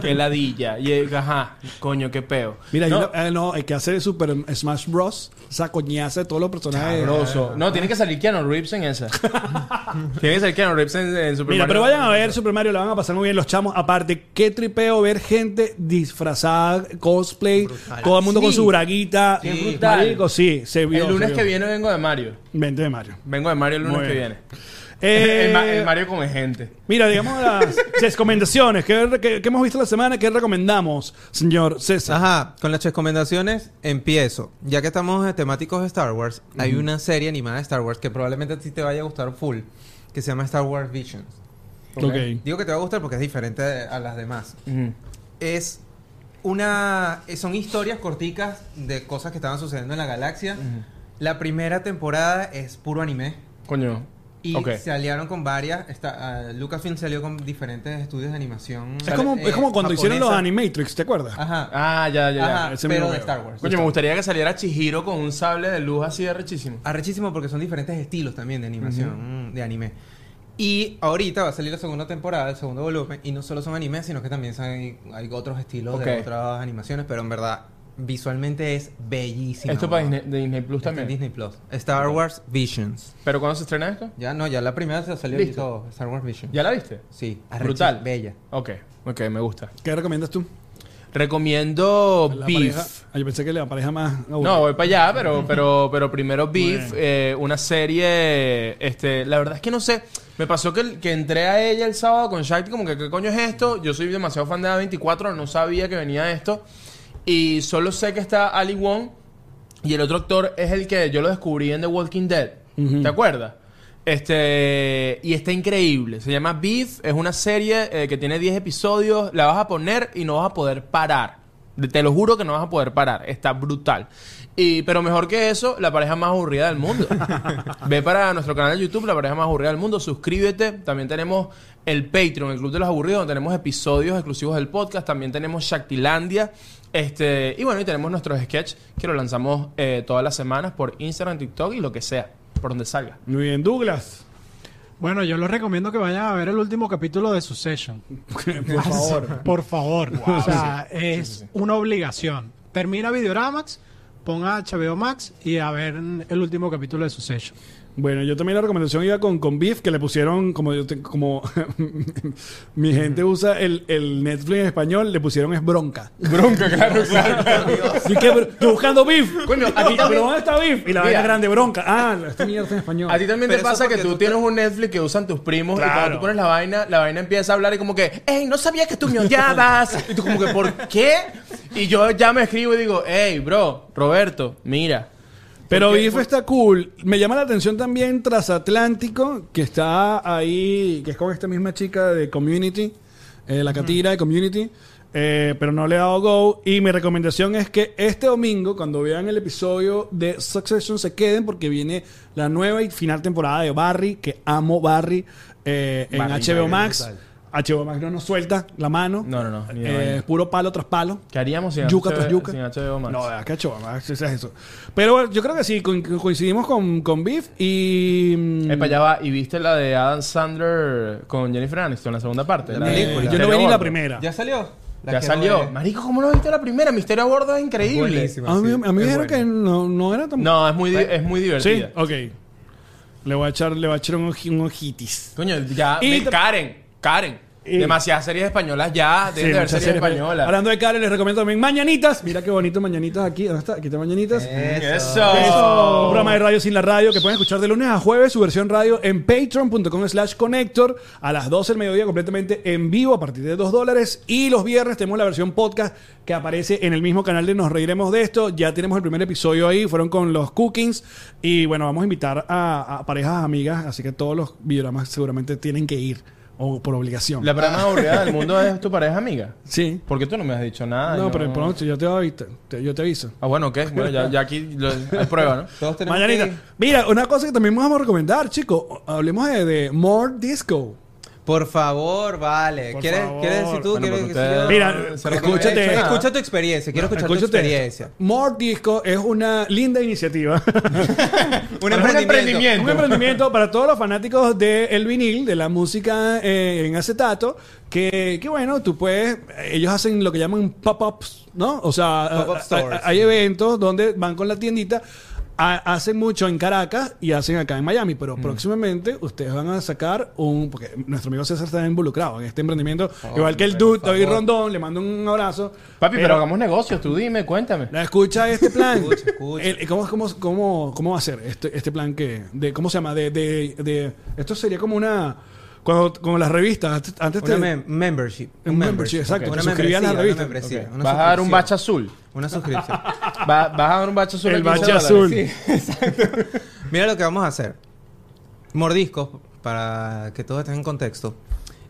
qué ladilla. Y, ajá, coño, qué peo. Mira, hay no, una- eh, no, el que hace Super Smash Bros. Esa coñaza de todos los personajes. sabroso. No, tiene que salir Keanu Reeves en esa. [LAUGHS] tiene que salir Keanu Reeves en, en Super Mira, Mario. pero vayan a ver Super Mario, la van a pasar muy bien los chamos. Aparte, qué tripeo ver gente disfrazada, cosplay, todo el mundo con Sí. su braguita. Qué brutal. Marico, sí, se vio. El lunes se vio. que viene vengo de Mario. Vente de Mario. Vengo de Mario el lunes Muy que bien. viene. [LAUGHS] Eh, el, ma- el Mario con gente. Mira, digamos las recomendaciones que, que- que hemos visto la semana, que recomendamos, señor César? Ajá, con las recomendaciones empiezo. Ya que estamos en temáticos de Star Wars, hay una serie animada de Star Wars que probablemente a ti te vaya a gustar full, que se llama Star Wars Visions. Ok. Digo que te va a gustar porque es diferente de- a las demás. Ujú. Es una... eh, Son historias corticas de cosas que estaban sucediendo en la galaxia. La primera temporada es puro anime. Coño. Y Ok. se aliaron con varias. Está, ah, Lucasfilm salió con diferentes estudios de animación. Es como, eh, es como cuando hicieron los japonesa. Animatrix, ¿te acuerdas? Ajá. Ah, ya, ya, ya. Ajá, ese pero mismo de pedo. Star Wars. Coño, me gustaría que saliera Chihiro con un sable de luz así de rechísimo. Arrechísimo porque son diferentes estilos también de animación, mm, de anime. Y ahorita va a salir la segunda temporada, el segundo volumen, y no solo son animes, sino que también hay, hay otros estilos de Ok. otras animaciones, pero en verdad, visualmente es bellísimo. Esto para Disney, de Disney Plus Está Este en también. Disney Plus. Star Wars Visions. ¿Pero cuándo se estrena esto? Ya no, ya la primera se salió y Listo. todo. Star Wars Visions. ¿Ya la viste? Sí, arrechi- Brutal. Bella. Ok, ok, me gusta. ¿Qué recomiendas tú? Recomiendo La Beef. pareja- ah, yo pensé que la pareja más aburrida. No, voy para allá, pero, pero, pero primero Beef, Bueno. eh, una serie, este, la verdad es que no sé, me pasó que, que entré a ella el sábado con Shakti, como que qué coño es esto, yo soy demasiado fan de A24, no sabía que venía esto, y solo sé que está Ali Wong, y el otro actor es el que yo lo descubrí en The Walking Dead, ¿te acuerdas? Este, y está increíble, se llama Beef, es una serie eh, que tiene 10 episodios, la vas a poner y no vas a poder parar. Te lo juro que no vas a poder parar. Está brutal. Y, pero mejor que eso, la pareja más aburrida del mundo. Ve para nuestro canal de YouTube, la pareja más aburrida del mundo. Suscríbete. También tenemos el Patreon, el Club de los Aburridos, donde tenemos episodios exclusivos del podcast. También tenemos Shaktilandia. Este, y bueno, y tenemos nuestros sketches que los lanzamos eh, todas las semanas por Instagram, TikTok y lo que sea, por donde [LAUGHS] salga. Muy bien, Douglas. Bueno, yo les recomiendo que vayan a ver el último capítulo de Succession. Por favor. [LAUGHS] Por favor. o sea, es una obligación. Termina Videoramax, ponga HBO Max y a ver el último capítulo de Succession. Bueno, yo también la recomendación iba con, con Beef, que le pusieron, como, yo te- como [LAUGHS] mi gente usa el, el Netflix en español, le pusieron es bronca. Bronca, claro, claro. Así que, bro- estoy buscando Beef. Coño, a ti ¿Pero también- dónde está Beef? Y la vaina Mira. grande, bronca. Ah, esta mierda está en español. A ti también Pero te eso pasa que porque tú, tú tienes un Netflix que usan tus primos y Claro. cuando tú pones la vaina, la vaina empieza a hablar y como que, ¡Ey, no sabía que tú me odiabas! [LAUGHS] y tú como que, ¿por qué? Y yo ya me escribo y digo, ¡Ey, bro, Roberto, mira! Pero Biff está cool. Me llama la atención también Transatlántico, que está ahí, que es con esta misma chica de Community, eh, la catira de Community, eh, pero no le he dado go. Y mi recomendación es que este domingo, cuando vean el episodio de Succession, se queden porque viene la nueva y final temporada de Barry, que amo Barry, eh, en Barry, HBO Barry, Max. HBO Max no nos suelta la mano. No, no, no, ni de Eh, vaina. puro palo tras palo. ¿Qué haríamos sin Yuca HBO tras yuca. sin HBO Max? No, eh. ¿verdad? cacho, mamá, eso es eso. Pero bueno, yo creo que sí, con- coincidimos con, con Beef y. mm, Epa, ya va. ¿Y viste la de Adam Sandler con Jennifer Aniston, la segunda parte? La de- película. yo no Misterio vi ni la Gordo. primera. ¿Ya salió? La Ya quiero salió. ver. Marico, ¿cómo no viste la primera? Misterio Gordo es increíble. Buenísima, a mí, sí. a mí me Es dijeron buena. que no, no era tan. No, es muy, di- es muy sí, divertida. ok. Le voy a echar, le voy a echar un, oji- un ojitis. Coño, ya. Y ve, te- Karen, Karen. Y- Demasiadas series españolas ya. Deben Sí, de haber muchas series, series. españolas. Hablando de Karen, les recomiendo también Mañanitas. Mira qué bonito Mañanitas aquí. ¿Dónde está? Aquí está Mañanitas. Eh, Eso. Oh. Un programa de radio sin la radio que pueden escuchar de lunes a jueves, su versión radio en patreon.com slash connector a las 12 del mediodía completamente en vivo a partir de 2 dólares y los viernes tenemos la versión podcast que aparece en el mismo canal de Nos Reiremos de Esto, ya tenemos el primer episodio ahí, fueron con los cookings y bueno, vamos a invitar a, a parejas amigas, así que todos los videogramas seguramente tienen que ir o por obligación. La pareja más aburrida del mundo es tu pareja amiga. Sí. ¿Por qué tú no me has dicho nada? no, pero pronto yo te aviso. te- yo te aviso. Ah, bueno, ¿qué? Bueno, ya, ya aquí lo- hay [LAUGHS] prueba, ¿no? Todos tenemos Mañanita. que- Mira, una cosa que también vamos a recomendar, chicos. Hablemos de, de More Disco. Por favor, vale. Por ¿Quieres, favor. ¿Quieres decir tú? Bueno, ¿Quieres pero que ustedes- yo? Mira, Se lo escúchate. recomiendo. Ah, Escucha tu experiencia. Quiero escuchar tu Escúchate experiencia. esto. More Disco es una linda iniciativa. [LAUGHS] Un un emprendimiento para todos los fanáticos del vinil, de la música eh, en acetato. Que, que bueno, tú puedes. Ellos hacen lo que llaman pop-ups, ¿no? O sea, Pop-up a- a- stores. hay eventos donde van con la tiendita. a- hacen mucho en Caracas y hacen acá en Miami, pero próximamente ustedes van a sacar un. Porque nuestro amigo César está involucrado en este emprendimiento. Igual que el dude, David Rondón, le mando un abrazo. Papi, pero hagamos negocios, tú dime, cuéntame. La escucha este plan. Escucha, escucha. El- ¿cómo, cómo, cómo, cómo va a ser este, este plan que de cómo se llama de, de, de- esto sería como una cuando como las revistas antes, antes Una te- mem- membership. Un membership, exacto, Ok. Una te suscribías a la membresía, una revista. membresía, una Vas a dar un suscripción. bache azul. Una suscripción. Va- vas a dar un bache azul. El de 15 bache dólares. azul. Mira lo que vamos a hacer. Mordiscos, para que todos estén en contexto.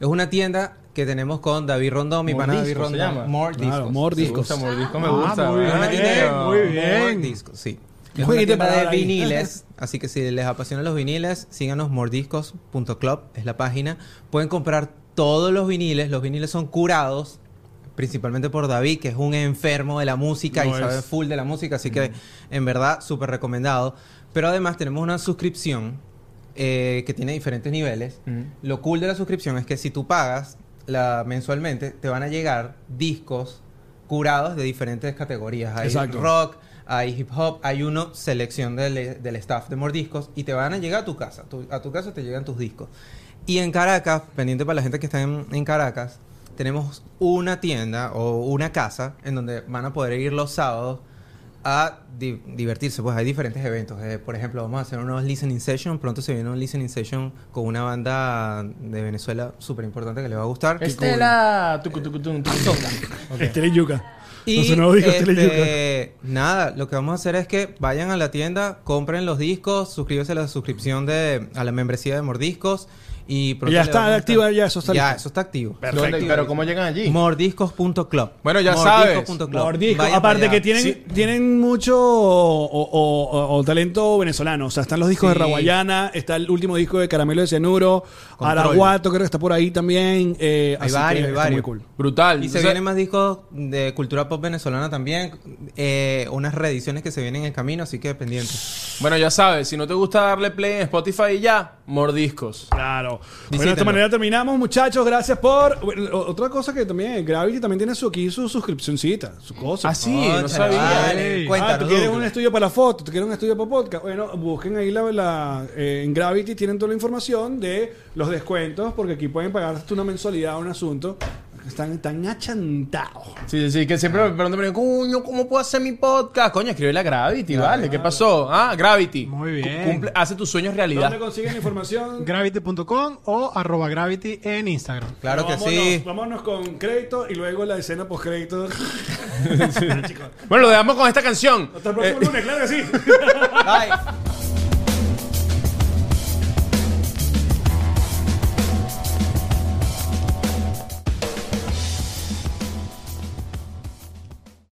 Es una tienda que tenemos con David Rondón, mi pana David Mordiscos se Rondón. llama. More Claro, discos. more Me discos. gusta, mordisco, me Ah, gusta. muy ¿verdad? Una Bien, tienda de muy More bien. discos, sí. Es una Jueguito tienda para de dar ahí. viniles. Así que si les apasionan los viniles, síganos mordiscos.club, es la página. Pueden comprar todos los viniles. Los viniles son curados, principalmente por David, que es un enfermo de la música No y sabe es. Mm. full de la música. Así que, en verdad, súper recomendado. Pero además tenemos una suscripción eh, que tiene diferentes niveles. Mm. Lo cool de la suscripción es que si tú pagas la, mensualmente, te van a llegar discos curados de diferentes categorías. Hay Exacto. rock, hay hip hop, hay uno selección del, del staff de Mordiscos y te van a llegar a tu casa. Tu- a tu casa te llegan tus discos. Y en Caracas, pendiente para la gente que está en, en Caracas, tenemos una tienda o una casa en donde van a poder ir los sábados a di- divertirse. Pues hay diferentes eventos. Eh, por ejemplo, vamos a hacer unos listening session. Pronto se viene un listening session con una banda de Venezuela súper importante que les va a gustar. Este Estela. tucu, tucu, tum, tucu, tum. Estela y Yuca. Y no se nos diga Estela y Yuca. este, nada, lo que vamos a hacer es que vayan a la tienda, compren los discos, suscríbanse a la suscripción de a la membresía de Mordiscos y pronto le Ya está vamos a estar- activa, ya, eso está Ya, listo. eso está activo. ¿Dónde- Pero ¿cómo llegan allí? Mordiscos.club. Bueno, ya Mordiscos.club. Mordisco. Vayan Aparte para que allá. tienen, tienen mucho o, o- o- o talento venezolano. O sea, están los discos Sí. de Raguayana, está el último disco de Caramelo de Cianuro, Control. Araguato creo que está por ahí también. eh, Hay varios, así que hay está varios. muy cool. Brutal. Y se Entonces, vienen más discos de cultura pop venezolana también. eh, unas reediciones que se vienen en el camino, así que pendientes. Bueno, ya sabes, si no te gusta darle play en Spotify y ya, mordiscos. Claro. Bueno, de esta Visítenlo. manera terminamos, muchachos. Gracias por. bueno, o- otra cosa que también, Gravity también tiene su aquí su suscripcioncita, su cosa. Ah, sí, no Cónchale, sabía. vale. Ah, Cuéntanos, tú quieres Douglas. un estudio para fotos, tú quieres un estudio para podcast. Bueno, busquen ahí la, la- eh, en Gravity tienen toda la información de los descuentos, porque aquí pueden pagar hasta una mensualidad, un asunto. Están tan achantados. Sí, sí, sí, que siempre me preguntan, pero, coño, ¿cómo puedo hacer mi podcast? Coño, escribe la Gravity, ¿vale? ¿Qué pasó? Ah, Gravity. Muy Cu- bien. cumple- hace tus sueños realidad. ¿Dónde consiguen [LAUGHS] la información? Gravity.com o arroba gravity en Instagram. Claro que vámonos, sí. Vámonos con crédito y luego la escena post [LAUGHS] crédito. Bueno, lo dejamos con esta canción. Hasta el próximo Eh, lunes, claro que sí. Bye.